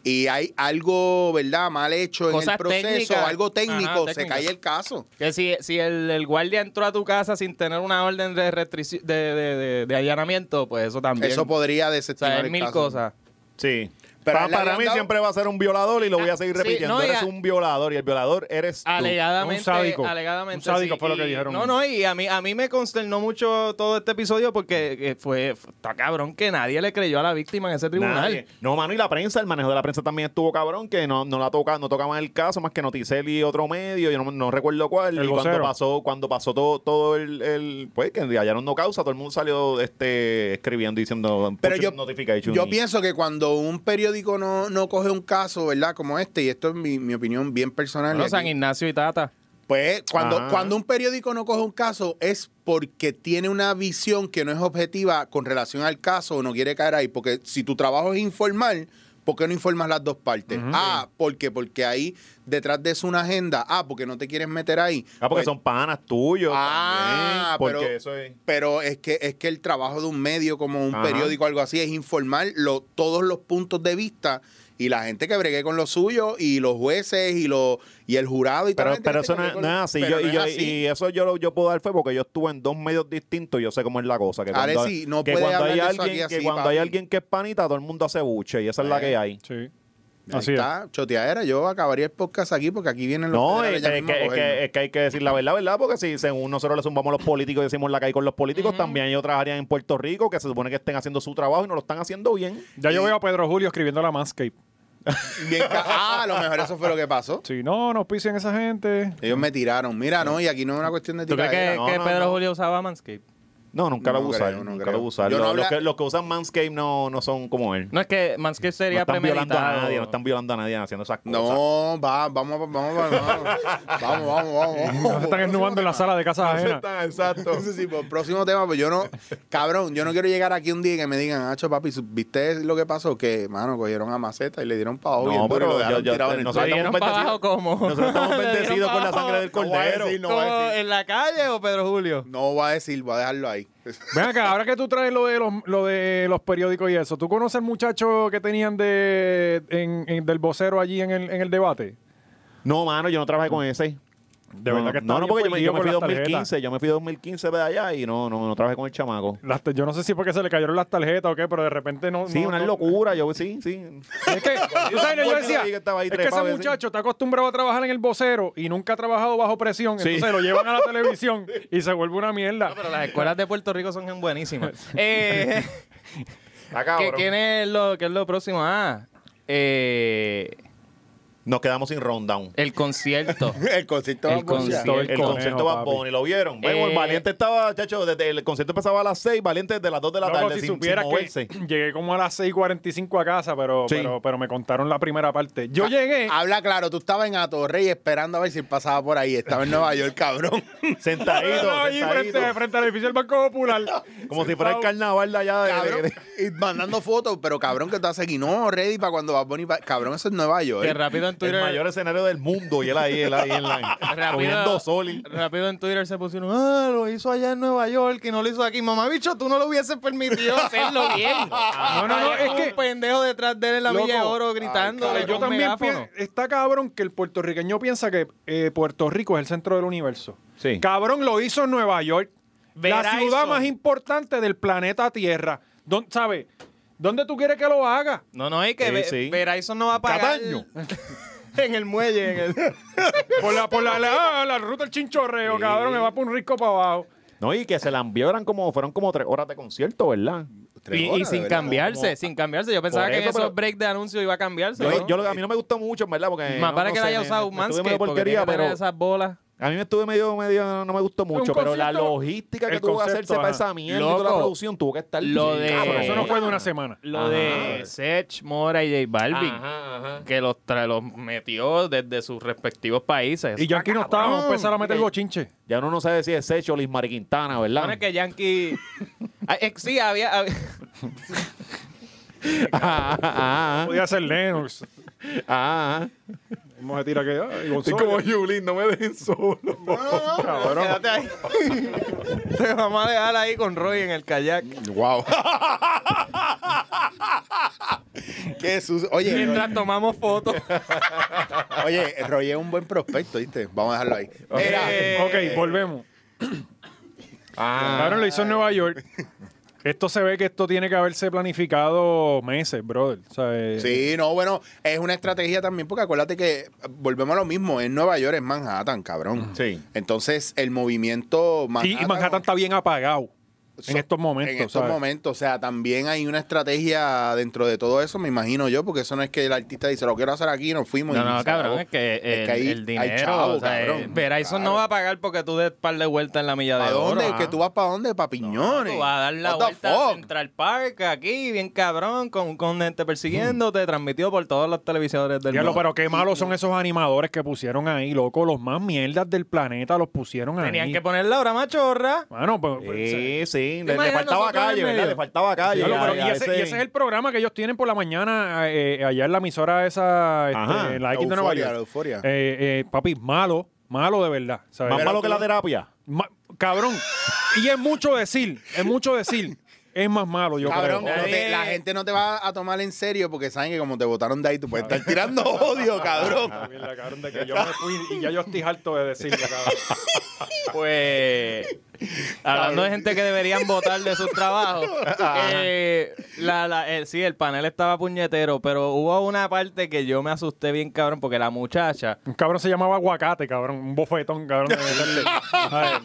y hay algo, ¿verdad?, mal hecho en
Cosas
el proceso,
técnicas.
algo técnico,
Ajá,
se
técnicas.
cae el caso.
Que si, si el, el guardia entró a tu casa sin tener una orden de, restrici- de, de, de- de allanamiento, pues eso también.
Eso podría
o sea,
desestimar
es
el
mil
caso.
cosas.
Sí.
Pero
Pa-
a él le
para
habían
mí
dado-
siempre va a ser un violador y lo voy a seguir
Ah, Sí,
repitiendo.
no, y
eres
a-
un violador y el violador eres tú.
Alegadamente.
Un sádico.
Alegadamente.
Un sádico fue lo que
y-
dijeron.
No, no, y a mí, a mí me consternó mucho todo este episodio porque eh, fue. Está cabrón que nadie le creyó a la víctima en ese tribunal.
Nadie. No, mano, y la prensa, el manejo de la prensa también estuvo cabrón, que no, no la toca, no tocaban el caso más que Noticel y otro medio, yo no, no recuerdo cuál.
El
y cuando
vocero.
pasó, cuando pasó todo, todo el, el- pues que hallaron no causa, todo el mundo salió este escribiendo diciendo
Pero
push
yo,
notification.
yo
Y-
pienso que cuando un periódico no, no coge un caso, ¿verdad? Como este, y esto es mi, mi opinión bien personal.
Bueno,
y
San
aquí-
Ignacio y Tata.
Pues cuando,
Ajá.
cuando un periódico no coge un caso es porque tiene una visión que no es objetiva con relación al caso o no quiere caer ahí. Porque si tu trabajo es informar, ¿por qué no informas las dos partes? Ah, ¿por qué? Porque ahí detrás de eso una agenda. Ah, porque no te quieres meter ahí.
Ah, porque
Pues,
son panas tuyos.
Ah,
también, porque
pero-
eso es.
pero es que es que el trabajo de un medio como un
Ajá.
periódico o algo así es informar lo- todos los puntos de vista y la gente que bregue con lo suyo y los jueces y los y el jurado y toda la
Pero,
gente
pero
que
eso no,
bregue
es-
con-
no es así.
pero
Yo-
no
y,
es
yo-
así.
y eso yo lo yo puedo dar fe porque yo estuve en dos medios distintos y yo sé cómo es la cosa. Que cuando,
Alexi,
hay-
no
que
puedes
cuando hay
hablar de eso
alguien,
aquí
que
así,
cuando hay
papi.
alguien que es panita, todo el mundo hace buche y esa es la
Eh.
que hay.
Sí.
Ahí
Así es.
está, choteadera. Yo acabaría el podcast aquí porque aquí vienen los
No,
federales
es,
ya
que-
mismo a
es
cogernos.
que, es que hay que decir la verdad, ¿verdad? Porque si según nosotros le zumbamos a los políticos y decimos la que hay con los políticos, también hay otras áreas en Puerto Rico que se supone que estén haciendo su trabajo y no lo están haciendo bien.
Ya yo veo a Pedro Julio escribiendo la Manscape.
Bien ca- ah, a lo mejor eso fue lo que pasó.
Sí, no, nos pisen esa gente.
Ellos me tiraron. Mira, no, y aquí no es una cuestión de
¿Tú crees
tiradera.
que,
no,
que
no,
Pedro
no.
Julio usaba Manscape?
No, nunca lo
No
usaron.
creo, no
nunca
creo.
lo usaron.
Yo no
Los,
habla-
los que, los que usan Manscape no, no son como él.
No es que Manscape
No
sería
están violando a
premeditado.
nadie, no están violando a nadie haciendo esas cosas.
No, va, vamos, vamos, vamos, vamos, vamos, vamos,
Nos están esnubando en la sala de casa ajena.
Ah,
exacto.
Entonces, sí, por próximo tema, pues yo no, cabrón, yo no quiero llegar aquí un día y que me digan, Hacho, papi, ¿viste lo que pasó? Que, mano, cogieron a Maceta y le dieron pa' abajo
No,
bien duro y
pero
lo dejaron
yo- yo-
tirado en el
nosotros
piso.
¿Le dieron
estamos
para abajo
bendecidos-
cómo?
nosotros estamos
¿Le dieron
bendecidos
pa'
con la
abajo?
sangre del
No voy a
cordero.
decir, no voy a
¿Cómo,
decir.
¿En la calle o Pedro Julio?
No va a decir, voy a dejarlo ahí.
Ven acá, ahora que tú traes lo de los, lo de los periódicos y eso, ¿tú conoces al muchacho que tenían de, en- en- del vocero allí en el, en el debate?
No, mano, yo no trabajé con ese.
De
no,
verdad que estaba
No, no,
bien
porque yo me,
perdido
yo
con
me fui
las tarjetas.
2015. Yo me fui 2015 de allá y no, no, no trabajé con el chamaco.
Las ta- yo no sé si porque se le cayeron las tarjetas o qué, pero de repente no.
Sí,
no-
una
no-
locura. Yo, sí, sí.
Es que, tú sabes, yo decía,
Yo estaba ahí
es que ese
trepado, ese.
muchacho está acostumbrado a trabajar en el vocero y nunca ha trabajado bajo presión,
Sí.
entonces lo llevan a la televisión y se vuelve una mierda.
Pero las escuelas de Puerto Rico son buenísimas. Eh,
Está
¿qué,
cabrón.
quién es lo, ¿Qué es lo próximo? Ah, eh,
Nos quedamos sin rundown.
el concierto.
El concierto
El
va a bocear.
concierto.
El,
el
concierto
conejo,
Bad
papi.
Bunny, ¿lo vieron? Bueno,
Eh.
el Valiente estaba, chacho, desde el concierto empezaba a las 6, Valiente desde las 2 de la
Loco,
tarde,
si
sin,
supiera
sin
que
moverse.
llegué como a las 6.45 a casa, pero,
Sí. Ah,
pero, pero me contaron la primera parte. Yo
Ca-
llegué...
Habla claro, tú estabas en Atorrey esperando a ver si él pasaba por ahí. Estaba en Nueva York, cabrón.
ah,
Estaba
Sentadito,
allí frente,
sentadito.
frente al edificio del Banco Popular.
Como si fuera el carnaval de allá. de- de-
Cabrón.
de-
Y mandando fotos, pero cabrón que estás aquí. No, ready para cuando va a poner. Cabrón, eso es Nueva York.
que rápido en
El
Twitter.
mayor escenario del mundo y él ahí, él ahí en la, comiendo
Rápido,
sol. y-
rápido en Twitter se pusieron, ah, lo hizo allá en Nueva York y no lo hizo aquí. Mamá, bicho, tú no lo hubieses permitido hacerlo bien. No,
no, no, es que-
un pendejo detrás de él en la
Loco,
Villa de Oro gritando.
ay,
Pero yo también pienso, está cabrón que el puertorriqueño piensa que eh, Puerto Rico es el centro del universo.
Sí.
Cabrón lo hizo en Nueva York, la
Verizon.
ciudad más importante del planeta Tierra. ¿Dónde, ¿Sabe? ¿Dónde tú quieres que lo haga?
No, no, es que
Sí,
Ve-
sí.
Verizon no va a pagar.
Cataño.
en el muelle. En el...
Por la, por la, la- ah, la ruta del chinchorreo,
Sí.
cabrón, me va por un risco para abajo.
No, y que se la envió, eran como, fueron como tres horas de concierto, ¿verdad?
Tres
y, y
horas, de
sin
verdad.
cambiarse, sin cambiarse. Yo pensaba
Por
que en
eso,
esos
pero-
break de anuncio iba a cambiarse.
Yo,
¿no?
yo lo- a mí no me gustó mucho, en verdad, porque...
Más
no-
para
no
que
sé,
le haya
me-
usado
me estuve
Manscaped
medio
porque tiene
porquería,
que tener
pero
esas bolas.
a mí me estuve medio, medio, no me gustó mucho,
Un
pero la
concierto-
logística que
el
tuvo que
concepto,
hacerse para
ajá.
esa mierda y toda la
Loco,
producción tuvo que estar...
lo de-
Cabrón, eso no
Eh.
fue de una semana.
Lo de Sech, Mora y J Balvin,
Ajá, ajá.
que los, tra- los metió desde sus respectivos países.
Y yo aquí no estaba, vamos a empezar a meter
Ok.
bochinche.
Ya uno no sabe si es Secho o Liz Mariquintana, ¿verdad?
Supone que Yankee. Ah, eh, sí, había. había-
Ajá, ajá,
Podía ser Lennox.
ajá, ajá.
Vamos a tirar que. ah, y Gonzalo.
Yulín, no me dejen solo.
Quédate ahí. Te vamos a dejar ahí con Roy en el kayak.
Wow. Qué sus- Oye,
Mientras tomamos fotos.
oye, Roy es un buen prospecto, ¿viste? Vamos a dejarlo ahí. Mira,
Eh,
Ok, volvemos.
Ah,
Cabrón lo hizo en Nueva York. Esto se ve que esto tiene que haberse planificado meses, brother. O sea, eh,
Sí, no, bueno, es una estrategia también, porque acuérdate que volvemos a lo mismo, en Nueva York, es Manhattan, cabrón.
Sí.
Entonces, el movimiento
y- Y Manhattan está bien apagado en
So-
estos momentos.
En estos
¿sabes?
momentos, o sea, también hay una estrategia dentro de todo eso, me imagino yo, porque eso no es que el artista dice, lo quiero hacer aquí, nos fuimos. y
No, no,
se
cabrón,
acabó.
es que el,
hay-
el
hay
dinero.
chavo,
o sea,
cabrón.
eh, Verizon no
Claro.
va a pagar porque tú des par de vueltas en la milla de
¿Para
oro.
dónde?
ah.
¿Que tú vas para dónde? ¿Para piñones?
Tú vas a dar la
What the
vuelta a
fuck?
Central Park aquí, bien cabrón, con, con gente
Hmm.
persiguiéndote, transmitido por todos los televisores del
Diablo,
mundo.
pero qué malos son esos animadores que pusieron ahí, loco. Los más mierdas del planeta los pusieron ahí.
Tenían que ponerla ahora machorra.
Bueno, pues. pues,
Sí, sí. Le, le
imaginas
faltaba
nosotros en
calle, ¿verdad?
medio?
Le faltaba calle.
diablo,
Ya,
pero-
ya,
y, ese, y ese es el programa que ellos tienen por la mañana eh, eh, allá en la emisora esa, este,
Ajá,
en la X de Nueva
Euforia, la
York.
euforia.
Eh, eh, papi, malo, malo de verdad. ¿sabes?
Más
Pero-
malo que la terapia.
Ma- cabrón. Y es mucho decir, es mucho decir. Es más malo, yo
Cabrón,
creo.
no te-
Eh.
la gente no te va a tomar en serio porque saben que como te votaron de ahí, tú puedes estar tirando odio, cabrón.
Mierda, cabrón, de que yo me fui y ya yo estoy harto de decirlo, cabrón.
Pues. Hablando de gente que deberían votar de sus trabajos. eh, la- la- eh, sí, el panel estaba puñetero, pero hubo una parte que yo me asusté bien, cabrón, porque la muchacha.
Un cabrón se llamaba aguacate, cabrón. Un bofetón, cabrón. de verdad. Ay,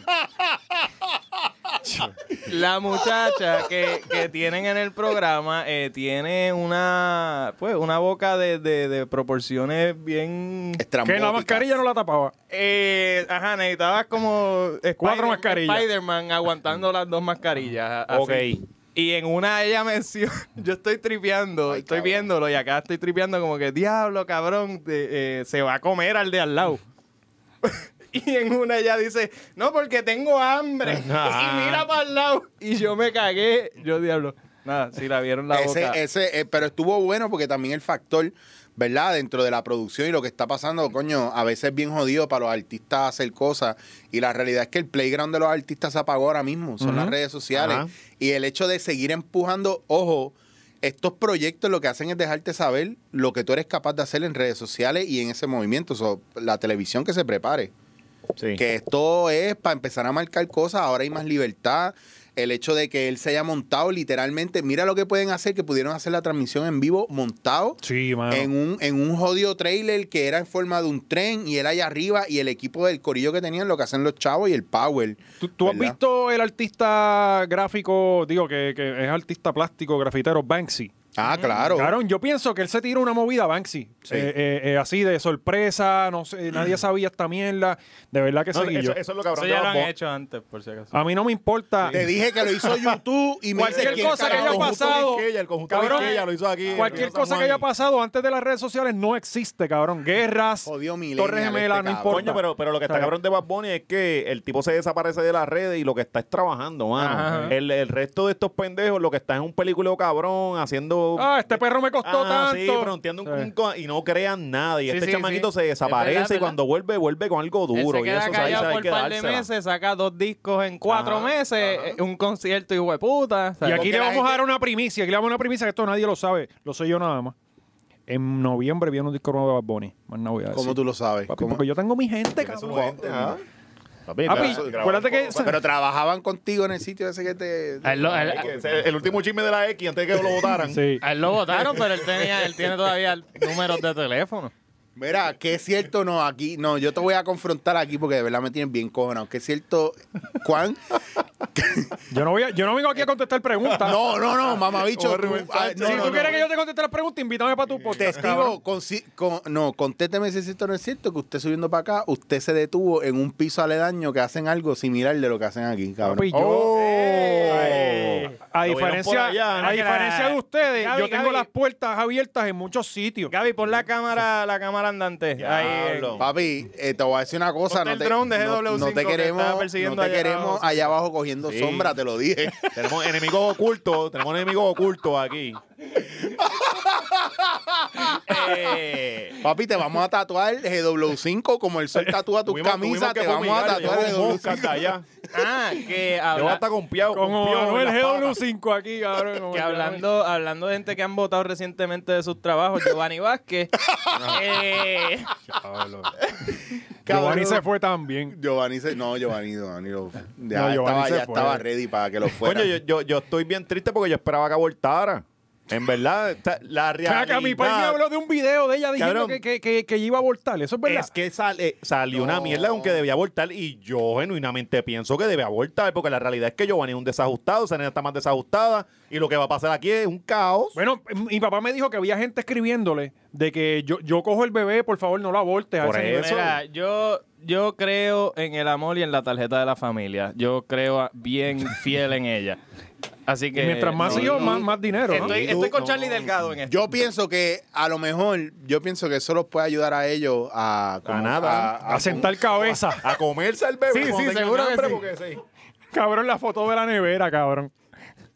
La muchacha que, que tienen en el programa eh, tiene una. Pues una boca de, de- de proporciones bien.
que la mascarilla no la tapaba.
Eh, ajá, necesitabas como
Cuatro
Spider-
mascarillas.
Spider-Man aguantando las dos mascarillas. a-
Ok.
así. Y en una ella menciona, yo estoy tripeando,
Ay,
estoy
cabrón.
viéndolo y acá estoy tripeando como que, diablo, cabrón, te- eh, se va a comer al de al lado. y en una ella dice, no, porque tengo hambre. y mira para el lado. Y yo me cagué, yo diablo. Nada, si la vieron la boca.
Ese, ese, eh, pero estuvo bueno porque también el factor, ¿verdad? Dentro de la producción y lo que está pasando, coño, a veces es bien jodido para los artistas hacer cosas. Y la realidad es que el playground de los artistas se apagó ahora mismo, son las redes sociales.
Ajá.
Y el hecho de seguir empujando, ojo, estos proyectos lo que hacen es dejarte saber lo que tú eres capaz de hacer en redes sociales y en ese movimiento. So, la televisión que se prepare
Sí.
que esto es para empezar a marcar cosas, ahora hay más libertad. El hecho de que él se haya montado literalmente, mira lo que pueden hacer, que pudieron hacer la transmisión en vivo montado
Sí, mano.
en un, en un jodido trailer que era en forma de un tren y él allá arriba y el equipo del corillo que tenían, lo que hacen los chavos y el power.
¿Tú, tú has
¿verdad?
visto el artista gráfico, digo, que, que es artista plástico, grafitero, Banksy?
Ah, claro.
Cabrón, yo pienso que él se tiró una movida Banksy.
Sí.
Eh, eh, eh, así de sorpresa, no sé, nadie sabía esta mierda. De verdad que
No,
seguí yo.
eso, eso es lo
Eso
cabrón de
ya lo
los
han
bo-
hecho antes, por si acaso.
A mí no me importa.
Te dije que lo hizo YouTube y me
Cualquier
dice quién
cosa que haya
carajo.
El conjunto
pasado,
Quisqueya, el conjunto
cabrón,
Quisqueya lo hizo aquí.
Cualquier
en San
cosa que haya
Juan.
pasado antes de las redes sociales no existe, cabrón. Guerras,
Jodió este millennial
Torres Gemelas,
este
no
cabrón.
importa.
Coño, pero, pero lo que está
¿Sabes?
cabrón de Bad Bunny es que el tipo se desaparece de las redes y lo que está es trabajando, mano.
Ajá.
El, el resto de estos pendejos, lo que está es un peliculeo cabrón, haciendo.
Ah, este perro me costó
Ah,
Ajá,
tanto.
sí, fronteando un-
¿Sabes?
un co- y no crean nada.
Sí,
Y este
sí,
chamaquito
sí.
se desaparece
Es verdad, es
y cuando vuelve, vuelve con algo duro.
Él se
y
queda
eso ¿sabes?
callado
Hay
por
que
un par de
dársela.
meses, saca dos discos en cuatro
Ajá,
meses, eh, un concierto y hueputa.
Y aquí
Porque
le
la
vamos a
gente-
dar una primicia, aquí le vamos a dar una primicia que esto nadie lo sabe, lo sé yo nada más. En noviembre viene un disco nuevo de Bad Bunny, más no voy a decir.
¿Cómo tú lo sabes?
Papi,
¿Cómo?
porque yo tengo mi gente, cabrón.
¿Cómo?
Ah. Papi,
Papi,
pero-
acuérdate que...
Pero trabajaban contigo en el sitio ese que te...
A él, lo, a él-
Hay que- el, último chisme de la X antes de que lo votaran.
Sí.
a él lo votaron, pero él, tenía, él tiene todavía el- números de teléfono.
Mira, que es cierto, no, aquí, no, yo te voy a confrontar aquí porque de verdad me tienen bien cojonado. Que es cierto, Juan.
Yo no, voy a- yo no vengo aquí a contestar preguntas.
No, no, no, mamabicho. tú- ah, no,
si
no,
tú
no.
quieres que yo te conteste las preguntas, invítame para tu podcast, cabrón.
Testigo, consi- con- no, contésteme si es cierto o no es cierto que usted subiendo para acá, usted se detuvo en un piso aledaño que hacen algo similar de lo que hacen aquí, cabrón.
Papi, yo-
Oh.
¡Ey!
A
Lo vieron
diferencia,
por allá, ¿no?
a diferencia de ustedes,
Gaby,
yo tengo
Gaby.
las puertas abiertas en muchos sitios.
Gaby, pon la cámara, la cámara andante. Ahí,
Diablo.
Papi, eh, te voy a decir una cosa,
Ponte
no
el
te,
dron de
no-
GW5
no te
que
queremos,
estaba persiguiendo
no te
allá
queremos
abajo.
allá abajo cogiendo
Sí.
sombra, te lo dije.
Tenemos enemigos ocultos, tenemos enemigos ocultos aquí.
eh,
Papi, te vamos a tatuar GW5 como el sol tatúa tu
Tuvimos-
camisa,
tuvimos que
te vamos a
fumigar,
tatuar
llevamos un
GW5.
Oscar de allá.
ah, que
Yo voy a
habla-
estar confiado.
Con
confiado en
Manuel
las patas.
GW5 aquí, cabrón. como
que
que-
hablando, hablando de gente que han votado recientemente de sus trabajos, Giovanni Vázquez. eh,
Giovanni se fue también.
Giovanni se. No, Giovanni, Giovanni lo- ya
Giovanni
estaba,
se
ya
fue.
estaba ready para que lo fuera.
Coño, yo, yo, yo estoy bien triste porque yo esperaba que abortara. En verdad, esta- la realidad.
Caca, mi padre me habló de un video de ella diciendo
Cabrón.
que, que, que, que iba a abortar. Eso es verdad.
Es que sale, salió una
No.
mierda aunque debía abortar y yo genuinamente pienso que debe abortar porque la realidad es que Giovanni es un desajustado, esa nena está más desajustada y lo que va a pasar aquí es un caos.
Bueno, mi papá me dijo que había gente escribiéndole de que yo, yo cojo el bebé, por favor, no lo abortes. a
Por
ese nivel.
eso.
Mira, yo, yo creo en el amor y en la tarjeta de la familia. Yo creo a- bien fiel en ella. Así
Y
que.
mientras más
no,
hijos,
no.
más, más dinero. ¿no?
Estoy,
Tú-
estoy con Charlie
no.
Delgado en esto.
Yo pienso que a lo mejor, yo pienso que eso los puede ayudar a ellos a. como-
nada.
A sentar cabeza.
A comerse al bebé.
Sí,
cuando
sí,
tenga
seguro que
hambre,
sí.
porque sí.
cabrón, la foto de la nevera, cabrón.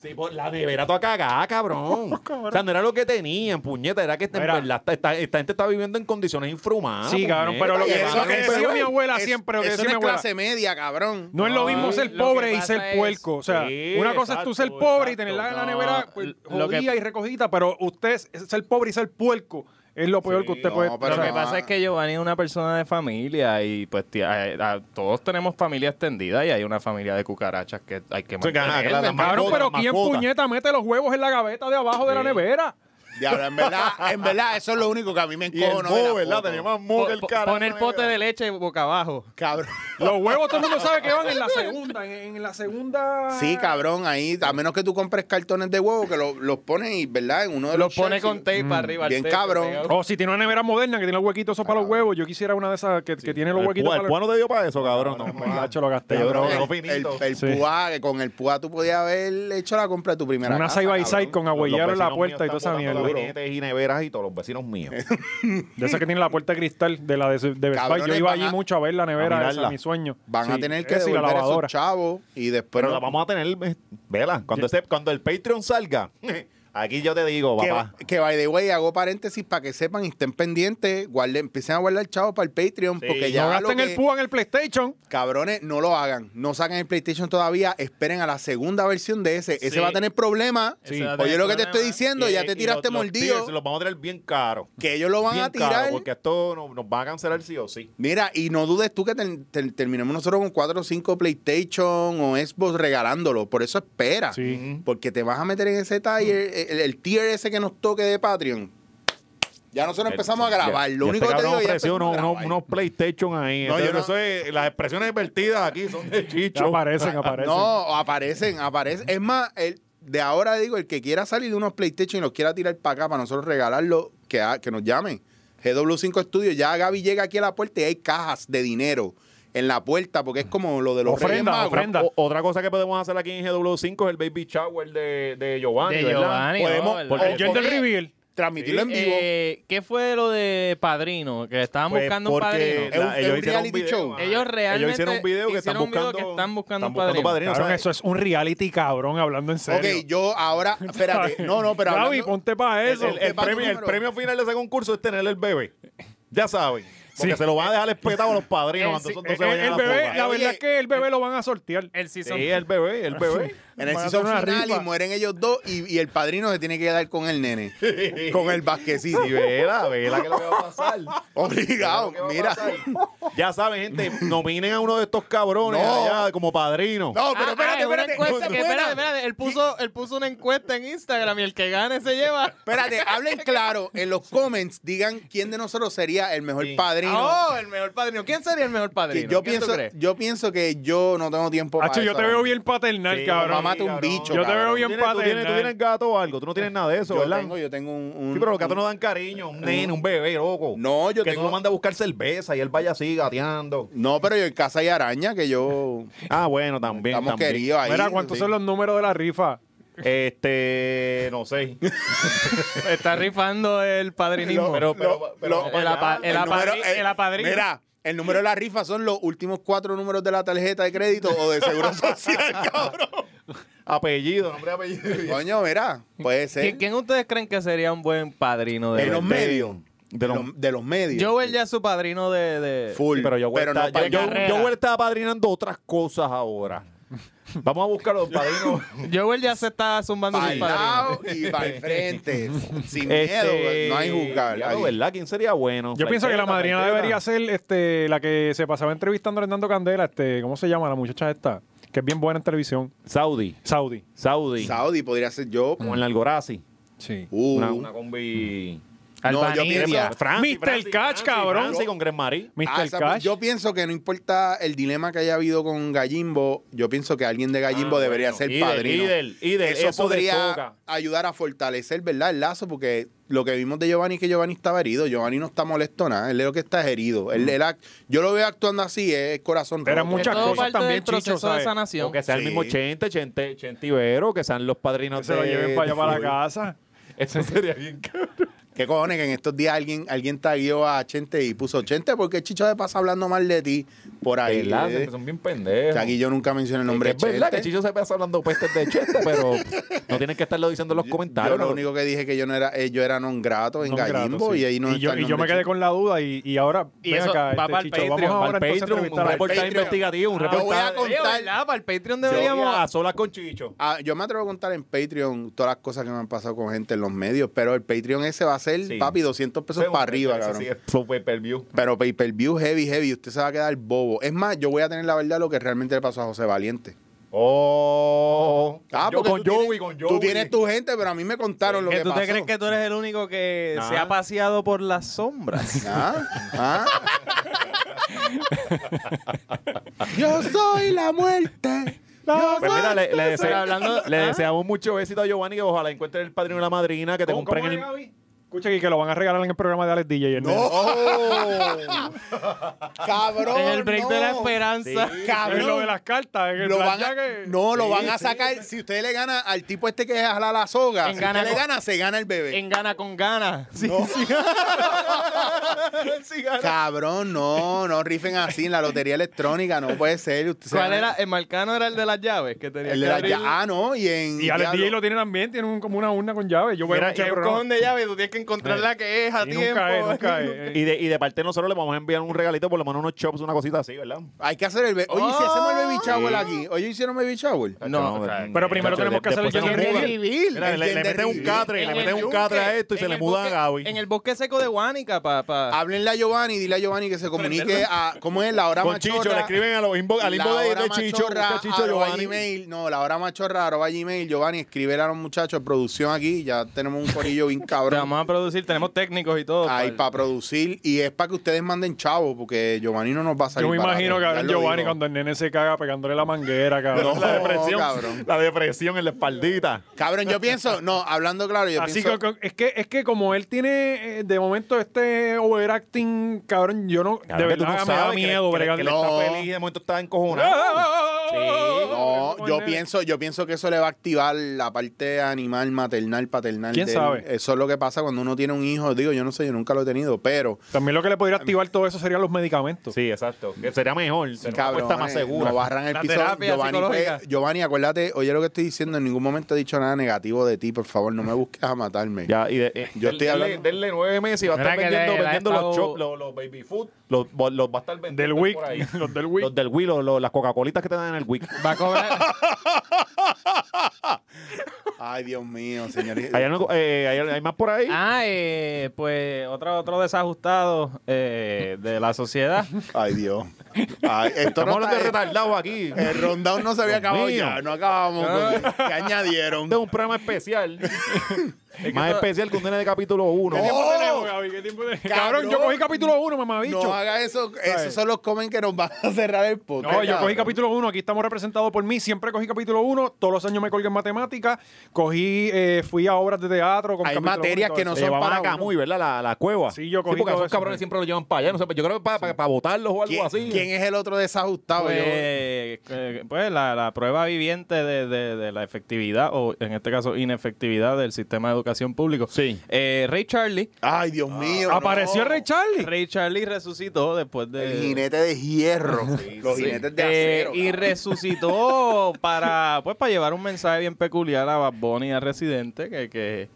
Sí, por la nevera toda cagada, cabrón. O sea, no era lo que tenían, puñeta. Era que este, en
Mira.
verdad esta, esta- esta gente está viviendo en condiciones infrumadas.
Sí, cabrón, pero lo
Y
que-
puñeta.
eso
lo que
es-
decía mi abuela
es-
siempre, lo que
eso
decía
no
mi
es
abuela.
clase media, cabrón.
No es lo mismo
lo
ser
que
pobre y
pasa
ser
es-
puerco. O sea,
Sí,
una cosa es tú ser
exacto,
pobre y
exacto.
tenerla en la
No,
nevera pues,
lo que-
jodida y recogida, pero usted es- ser pobre y ser puerco es lo peor que usted
no,
puede.
pero
o
Lo
sea,
que
no.
pasa es que Giovanni es una persona de familia y pues tía, a- a- todos tenemos familia extendida y hay una familia de cucarachas que hay que
Sí,
mantener.
ajá, claro, las
Cabrón,
mascotas,
pero
las
¿quién
mascotas.
puñeta mete los huevos en la gaveta de abajo de la nevera?
Diablo, en verdad, en verdad, eso es lo único que a mí me
Y el
encono. de la
mo, ¿verdad?
foto.
Tenía más mo
Po-
que el
po-
cara.
pon el pote de leche boca abajo.
Cabrón.
Los huevos todo el mundo sabe que van en la segunda, en, en la segunda.
Sí, cabrón, ahí, a menos que tú compres cartones de huevo que lo- los pones y, ¿verdad? En uno de
Lo
los
pone
shelves y-
con tape arriba. al
Bien
techo,
cabrón.
pegado.
O si tiene una nevera moderna que tiene los huequitos esos para los huevos, yo quisiera una de esas que, que tiene los
El
huequitos
púa, el
para
púa no te dio para eso, cabrón. No,
los... Macho, lo gasté.
Yo creo
cabrón.
que-
El, el,
finito.
el
Sí.
púa, que con el púa tú podías haber hecho la compra de tu primera
Una
casa,
side by side
cabrón.
con agüellero en la puerta y toda esa mierda.
Gabinetes y neveras y todos los vecinos míos.
De esa que tiene la puerta de cristal de la de, de Best Buy.
Cabrones,
Yo iba
van
allí
a-
mucho a ver la
a
nevera,
mirarla.
esa es mi sueño.
Van a
Sí,
tener que
esa y la
devolver esos
lavadora.
chavos y después
Pero
no-
la vamos a tener, eh, vela. Cuando, ese- cuando el Patreon salga, aquí yo te digo, papá.
que, que, by the way, hago paréntesis para que sepan y estén pendientes, guarden, empiecen a guardar chavos para el Patreon,
Sí,
porque ya
No
lo
gasten
que-
el púa en el PlayStation.
Cabrones, no lo hagan. No saquen el PlayStation todavía. Esperen a la segunda versión de ese. Ese
Sí.
va a tener problemas.
Ese va a
Oye,
tener
Pues lo que te estoy
problemas.
diciendo,
Y-
ya te
eh, y
tiraste
los- los
mordido.
tiers Los vamos a tener bien caros.
que ellos lo van
Bien
a tirar.
caros, porque esto no- nos va a cancelar sí o sí.
Mira, y no dudes tú que ter- ter- terminemos nosotros con 4 o 5 PlayStation o Xbox regalándolo. Por eso espera.
Sí.
Porque te vas a meter en ese tier, el, el tier ese que nos toque de Patreon. Ya nosotros empezamos a grabar.
Ya-
Lo
ya
único
este
que te
cabrón
digo ya
ofreció
empezamos a
unos, unos-
grabar.
unos PlayStation ahí.
No, yo
Entonces,
no-
eso es- las expresiones vertidas aquí son de
Ya
chicho.
aparecen, aparecen.
Ah, No, aparecen, aparecen. Es más, el, de ahora digo, el que quiera salir de unos PlayStation y los quiera tirar para acá para nosotros regalarlo, que, ha- que nos llamen. GW5 Studio, ya Gaby llega aquí a la puerta y hay cajas de dinero en la puerta, porque es como lo de los
Ofrenda,
Reyes Magos.
ofrenda.
O- otra cosa que podemos hacer aquí en GW5 es el baby shower de, de Giovanni,
De
¿verdad?
Giovanni,
Podemos,
no, ¿verdad?
porque-
El gender reveal.
Transmitirlo en vivo.
Eh, ¿Qué fue lo de padrino? Que estaban
Pues
buscando un
porque
padrino.
Es un-
la-
es un
hicieron
reality
video,
show.
ajá.
Ellos realmente
hicieron un video que están
hicieron un video
buscando,
que están buscando
están
padrino.
padrino,
Cabrón,
¿sabes?
eso es un reality, cabrón, hablando en serio.
Ok, yo ahora, espérate, no, no, pero
Gaby,
hablando-
ponte para eso.
El, el
¿Qué pasa,
premio, el
número?
premio final de ese concurso es tener el bebé. Ya saben. Porque
Sí.
se lo van a dejar espetado a los padrinos.
Sí,
entonces no
El-
se vayan a
Eh, el
la
bebé,
fuga.
la
Oye.
verdad es que el bebé lo van a sortear.
El season
Sí, el bebé, el bebé.
en el
Van a
season
hacer una
final
rifa.
y mueren ellos dos y, y el padrino se tiene que quedar con el nene, con el basquecito.
Y vela, vela que lo que va a pasar.
Obligado,
Vela lo que va
mira.
a pasar. Ya saben, gente, nominen a uno de estos cabrones
No.
allá como padrino.
No,
Ah,
pero espérate,
ah, una
espérate.
encuesta que-
Buena.
espérate, espérate. Él puso, él puso una encuesta en Instagram y el que gane se lleva.
Espérate, hablen claro. En los comments digan quién de nosotros sería el mejor
Sí.
padrino.
Oh, el mejor padrino. ¿Quién sería el mejor
Que
padrino?
yo,
¿Quién tú
pienso,
crees?
yo pienso que yo no tengo tiempo para
Hacho, yo
eso
te
ahora
veo
mismo.
bien paternal,
Sí,
cabrón.
mamá, tú un
cabrón.
bicho,
yo te
cabrón.
veo
¿Tú
bien eh.
tienes, tú, tienes, tú tienes
paternal.
gato o algo, tú no tienes nada de eso,
Yo
¿verdad?
tengo, yo tengo un... un-
Sí, pero los gatos
un-
no dan cariño, un nene, un bebé, loco.
No, yo
que
tengo-
tú lo mandas a buscar cerveza y él vaya así gateando.
No, pero yo en Casa y Araña, que yo...
Ah, bueno, también.
Estamos
también.
queridos ahí.
Mira, ¿cuántos
sí.
son los números de la rifa?
Este, no sé.
Está rifando el padrinismo.
Pero- pero- pero-
lo-
el apa- el
número-
apadri- el apadrino.
Mira, el número de la rifa son los últimos cuatro números de la tarjeta de crédito o de seguro social, cabrón.
apellido, nombre y apellido.
Coño, mira, puede ser.
¿Quién, quién ustedes creen que sería un buen padrino de
De los
verdad?
medios.
de
De
los-
los, de los medios.
Joel ya es su padrino de. de-
Full.
Sí, pero yo,
no
estaba
para
yo,
carrera.
yo- yo estaba padrinando otras cosas ahora. Vamos a buscar a los padrinos.
Joel ya se está zumbando
Para
sin
el
padrino.
lado y para el frente. Sin
Este,
miedo, no hay juzgar.
diablo, ¿verdad? ¿Quién sería bueno?
Yo pienso que la
Flaitera,
madrina
flaitera.
debería ser este, la que se pasaba entrevistando a Hernando Candela, este, ¿cómo se llama? La muchacha esta, que es bien buena en televisión.
Saudi.
Saudi.
Saudi.
Saudi podría ser yo.
Con el Algorazi.
Sí.
Uh,
Una, una combi.
no, yo pienso,
Albanicia.
Mr. Catch, cabrón.
Franci con Gres Marí.
Mr.
Ah, esa-
Cash.
Yo pienso que no importa el dilema que haya habido con Gallimbo, yo pienso que alguien de Gallimbo
Ah,
debería
bueno.
ser
Idel,
padrino.
Idel, Idel,
eso,
eso de
podría
toga.
ayudar a fortalecer, ¿verdad? El lazo, porque lo que vimos de Giovanni es que Giovanni estaba herido. Giovanni no está molesto nada. Él es lo que está es herido. Él, él act- yo lo veo actuando así, es corazón
Era
roto.
mucha- muchas
Es todo
cosas
parte
también,
del
Chicho,
proceso
¿sabes?
de sanación.
O que sea el
Sí.
mismo Chente, Chente, Chente Ibero, que sean los
Que
padrinos
se lo
de-
lleven para allá para la casa.
Eso sería bien cabrón.
¿Qué cojones que en estos días alguien, alguien taguió a Chente y puso Chente porque Chicho de pasa hablando mal de ti por ahí.
¿Verdad?
Eh,
Siempre Son bien pendejos.
que aquí yo nunca mencioné el nombre
es verdad que
de Chente.
Chicho se pasa hablando pestes de Chente, pero no tienen que estarlo diciendo en los comentarios.
Yo lo único que dije que yo no era, eh, yo era non grato en
No, un grato,
Gallimbo
sí.
y ahí no
yo,
está el
y yo me
nombre
quedé
de
con la duda y, y ahora
Y
ven
eso
acá, este
va para el
Chicho, vamos
Patreon,
ahora
Para el
entonces a
Patreon, un
entrevistar a-
reportaje
Patreon.
investigativo, un
Ah,
reportaje.
voy a
Oye, ¿verdad? Para el Patreon deberíamos...
Deberíamos a solas con Chicho.
Ah, yo me atrevo a contar en Patreon todas las cosas que me han pasado con gente en los medios, pero el Patreon ese va a ser,
Sí.
papi, 200 pesos para arriba, cabrón.
Super per view.
Pero pay per view heavy, heavy, usted se va a quedar bobo. Es más, yo voy a tener la verdad de lo que realmente le pasó a José Valiente.
Oh.
Ah, porque
con
tú
Joey,
tienes-
con Joey.
Tú tienes tu gente, pero a mí me contaron lo
¿Que
que
tú
pasó.
te crees que tú eres el único que se
Ah.
ha paseado por las sombras?
¿Ah? ¿Ah? yo soy la muerte. Yo
Pues mira, le, le, dese-
Pero hablando-
le
¿Ah?
deseamos mucho éxito a Giovanni, que ojalá encuentre el padrino y la madrina, que te
¿Cómo-
compren
cómo
el...
era, Gaby? Escucha aquí que lo van a regalar en el programa de Alex DJ. el nene.
¡Oh! ¡Cabrón!
en el break
no.
de la esperanza.
En lo de
¡Cabrón!
las cartas, en el
Lo van a-
blackjack, eh.
no, lo
Sí,
van a
sí.
sacar. Si usted le gana al tipo este que jala la soga,
En
si
gana
usted le
con-
gana, se gana el bebé.
En gana con gana. Sí,
No.
sí. Sí, gana.
Cabrón, no, no rifen así en la lotería electrónica, no puede ser. Usted se
¿Cuál
gana-
era? El marcano era el de las llaves que tenía
El
que
de la-
abrir.
ya- ah, no, y en.
Y Alex
diablo.
DJ lo tiene también, tiene un- como una urna con llave. Yo voy a
Mira,
escuchar
Que
el
un
programa.
cojón de llave y tú tienes que
Eh,
encontrar la que es a
Y
tiempo.
nunca es, nunca es. eh.
Y de, y de parte de nosotros le vamos a enviar un regalito, por lo menos unos chops, una cosita así, ¿verdad?
Hay que hacer el. be- Oye, ¿y
Oh.
si hacemos el baby shower aquí. Oye, ¿hicieron baby shower?
No,
Chacho,
pero
chacho,
primero
de-
tenemos que hacer el
después se nos
gender
muda.
reveal.
Mira,
El
le, le
gender
meten un
reveal.
catre,
En
le
el
meten un
bosque-
catre a esto y
en
se le
el
muda a
bosque-
Gaby.
En el bosque seco de Guánica, papá.
Háblenle a Giovanni, dile a Giovanni que se comunique a. ¿Cómo es? La hora
Con
machorra.
Chicho, le escriben a los inbox,
La
al inbox de,
hora
de Chicho,
machorra,
busca Chicho
arroba
Giovanni.
Gmail. No, la hora machorra, arroba gmail. Giovanni, escribe a los muchachos, producción aquí. Ya tenemos un corillo bien
Te
cabrón
vamos a producir, tenemos técnicos y todo.
ahí
pal.
para producir. Y es para que ustedes manden chavos, porque Giovanni no nos va a salir
Yo me imagino que
barato, ya
cabrón
lo
Giovanni
digo.
cuando el nene se caga pegándole la manguera, cabrón.
No,
la
Oh,
depresión.
cabrón.
La depresión en la espaldita.
Cabrón, yo pienso... No, hablando claro, yo
Así
pienso...
que, que- es que es que como él tiene eh, de momento este overacting, cabrón, yo no
Cabrón,
de
que tú
verdad
no
me da
sabes que-
miedo
que-
bregar
que ¡Ah, él
No.
está feliz, de momento está encojonado.
Sí.
No,
Como el
yo
nene.
pienso, yo pienso que eso le va a activar la parte animal, maternal, paternal.
¿Quién
de él.
sabe?
Eso es lo que pasa cuando uno tiene un hijo. Digo, yo no sé, yo nunca lo he tenido, pero
También lo que le podría activar todo eso serían los medicamentos.
ah! Sí, exacto. Que sería mejor,
Cabrón, eh,
está más segura.
No barran el
La
piso.
terapia
Giovanni,
psicológica.
pe- Giovanni, acuérdate, oye lo que estoy diciendo, en ningún momento he dicho nada negativo de ti, por favor, no me busques a matarme.
Ya, y de- eh,
Yo estoy
denle-
hablando-
Denle nueve meses y va a
Mira
estar
que
vendiendo,
le- le ha
vendiendo
estado-
los chops, los, los baby food, los, los va a estar vendiendo.
Del
por
week,
ahí.
los del week.
Los del Wii, los- los- las Coca-Colitas que te dan en el week.
Va a cobrar.
Ay, Dios mío,
¿Hay,
señorita.
algo- eh, hay, hay más por ahí?
Ah, eh, pues otro, otro desajustado eh, de la sociedad.
Ay, Dios. Ay, esto
Estamos
no
hablando de
está,
retardados aquí.
el, el rundown no se había
Dios
acabado
mío.
ya, no acabamos. con- ¿Qué añadieron?
Este es un programa especial. más especial que un nene de capítulo 1.
¿Qué tiempo
¡Oh!
tenemos, Gaby? ¿Qué tiempo tenemos? Cabrón, yo
Cabrón.
cogí capítulo 1, mamá bicho.
No haga eso, esos son los comen que nos van a cerrar el podcast.
No, yo cogí
cabrón.
capítulo 1, aquí estamos representados por mí, siempre cogí capítulo 1, todos los años me colgué en matemáticas, cogí, eh, fui a obras de teatro con
Hay
capítulo
materias
uno y
que
todo eso.
no
Se
son
llevaban
para
a Camuy,
uno.
¿verdad? La, la cueva.
Sí, yo cogí
porque
todo
esos
eso,
cabrones
sí.
siempre lo llevan para allá. No sé, pues yo creo que para, para, para votarlos o algo
¿Quién,
así.
quién es el otro desajustado?
Pues,
Ah, Yo-
eh, pues, la, la prueba viviente de, de- de la efectividad, o en este caso inefectividad del sistema de educación público.
Sí.
Eh, Ray Charlie.
Ay, Dios
Ah,
mío.
Apareció
no.
Ray Charlie.
Ray Charlie resucitó después de...
El jinete de hierro. Los
Sí.
jinetes de
Eh,
acero.
y
cabrón.
resucitó para pues para llevar un mensaje bien peculiar a Bad Bunny y a Residente que, que,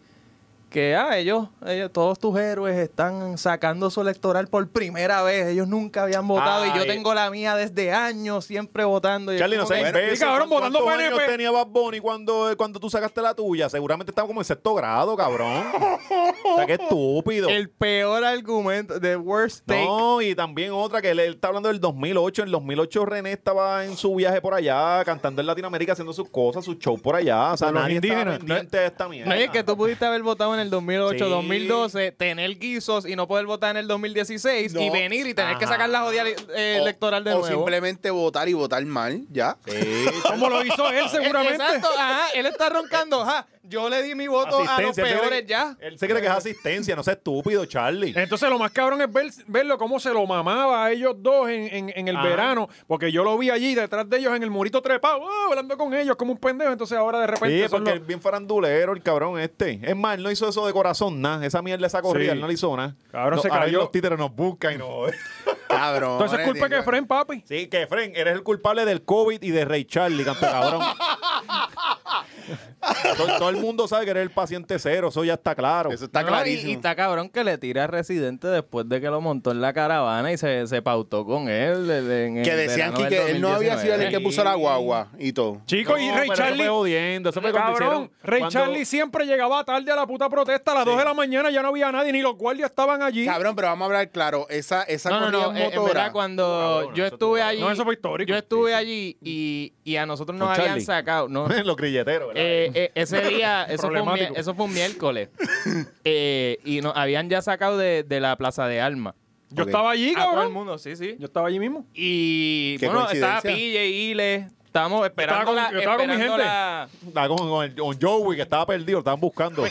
que ah, ellos, ellos- todos tus héroes están sacando su electoral por primera vez. Ellos nunca habían votado y yo
Ay.
tengo la mía desde años siempre votando. Y es
Charlie, no
como
sé,
que-
Y cabrón, votando
¿Cuántos años
PNP?
tenía Bad Bunny cuando, cuando tú sacaste la tuya? Seguramente estaba como en sexto grado, cabrón. o sea, qué estúpido.
El peor argumento, the worst take.
No, y también otra que él, él está hablando del 2008. En el 2008 René estaba en su viaje por allá, cantando en Latinoamérica, haciendo sus cosas, su show por allá. O sea,
Con los
nadie estaba
indígenas.
pendiente de esta mierda.
No, y es que tú pudiste haber votado en el 2008,
Sí.
2012, tener guisos y no poder votar en el 2016 y
No.
venir y tener que
Ajá.
sacar la jodida eh, electoral de
o
nuevo.
simplemente votar y votar mal, ya.
Sí,
Como lo hizo él
Eh,
seguramente.
Exacto, ajá, él está roncando, ajá. Yo le di mi voto a los
asistencia. Él se cree
peores
que-
ya.
Él se cree que es asistencia, no sea estúpido, Charlie.
Entonces lo más cabrón es ver- verlo cómo se lo mamaba a ellos dos en, en- en el
Ajá.
verano, porque yo lo vi allí detrás de ellos en el murito trepado, ah, hablando con ellos como un pendejo, entonces ahora de repente...
Sí,
son
porque
los-
es bien farandulero el cabrón este. Es más, él no hizo eso de corazón, nada. Esa mierda, esa corrida,
Sí.
él no le hizo nada.
Cabrón,
No,
se
ahora
cayó.
Los títeres nos buscan y nos...
Cabrón.
Entonces es culpa que
tío.
Fren, papi.
Sí, que Fren, eres el culpable del COVID y de Rey Charlie, canto cabrón. todo, todo el mundo sabe que eres el paciente cero, eso ya está claro.
Eso está
No, y-
clarísimo.
Y, está cabrón que le tira a Residente después de que lo montó en la caravana y se, se pautó con él. en- en el
que decían
verano
que,
del
que él no había sido el
2019.
que puso la guagua y todo.
Chico, y Ray
pero eso
Charlie...
fue jodiendo, eso fue cuando
Cabrón,
hicieron-
Ray
cuando-
Charlie siempre llegaba tarde a la puta protesta. A las 2 de la mañana ya no había nadie, ni los guardias estaban allí.
Cabrón, pero vamos a hablar claro. Esa, esa
No, no,
corrida
no. eh, En
motora-
verdad, cuando
Cabrón,
yo
eso
estuve
estuvo
allí.
No, eso fue histórico.
Yo estuve
Sí, sí.
allí y, y a nosotros nos
Con
habían
Charlie.
sacado. No,
Los grilleteros, ¿verdad?
Eh, eh, ese día, eso, fue un, mier-
Problemático.
eso fue un miércoles. Eh, y nos habían ya sacado de, de la Plaza de Armas.
Yo
Ok.
estaba
Ah,
allí,
pues
A todo el
cabrón.
mundo, sí, sí.
Yo estaba allí mismo.
Y
Qué
bueno, estaba
coincidencia.
PJ Ile, estábamos esperando
con-
la-
yo estaba con mi
esperando
gente.
la-
Estaba con, con el- con Joey, que estaba perdido, lo estaban buscando.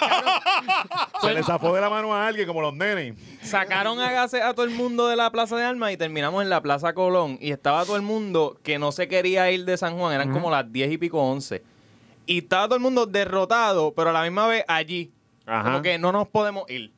Se le zafó de la mano a alguien, como los nenes.
Sacaron a gases a todo el mundo de la Plaza de Armas y terminamos en la Plaza Colón. Y estaba todo el mundo que no se quería ir de San Juan. Eran como las 10 y pico, 11. Y estaba todo el mundo derrotado, pero a la misma vez allí.
Ajá.
Como que no nos podemos ir.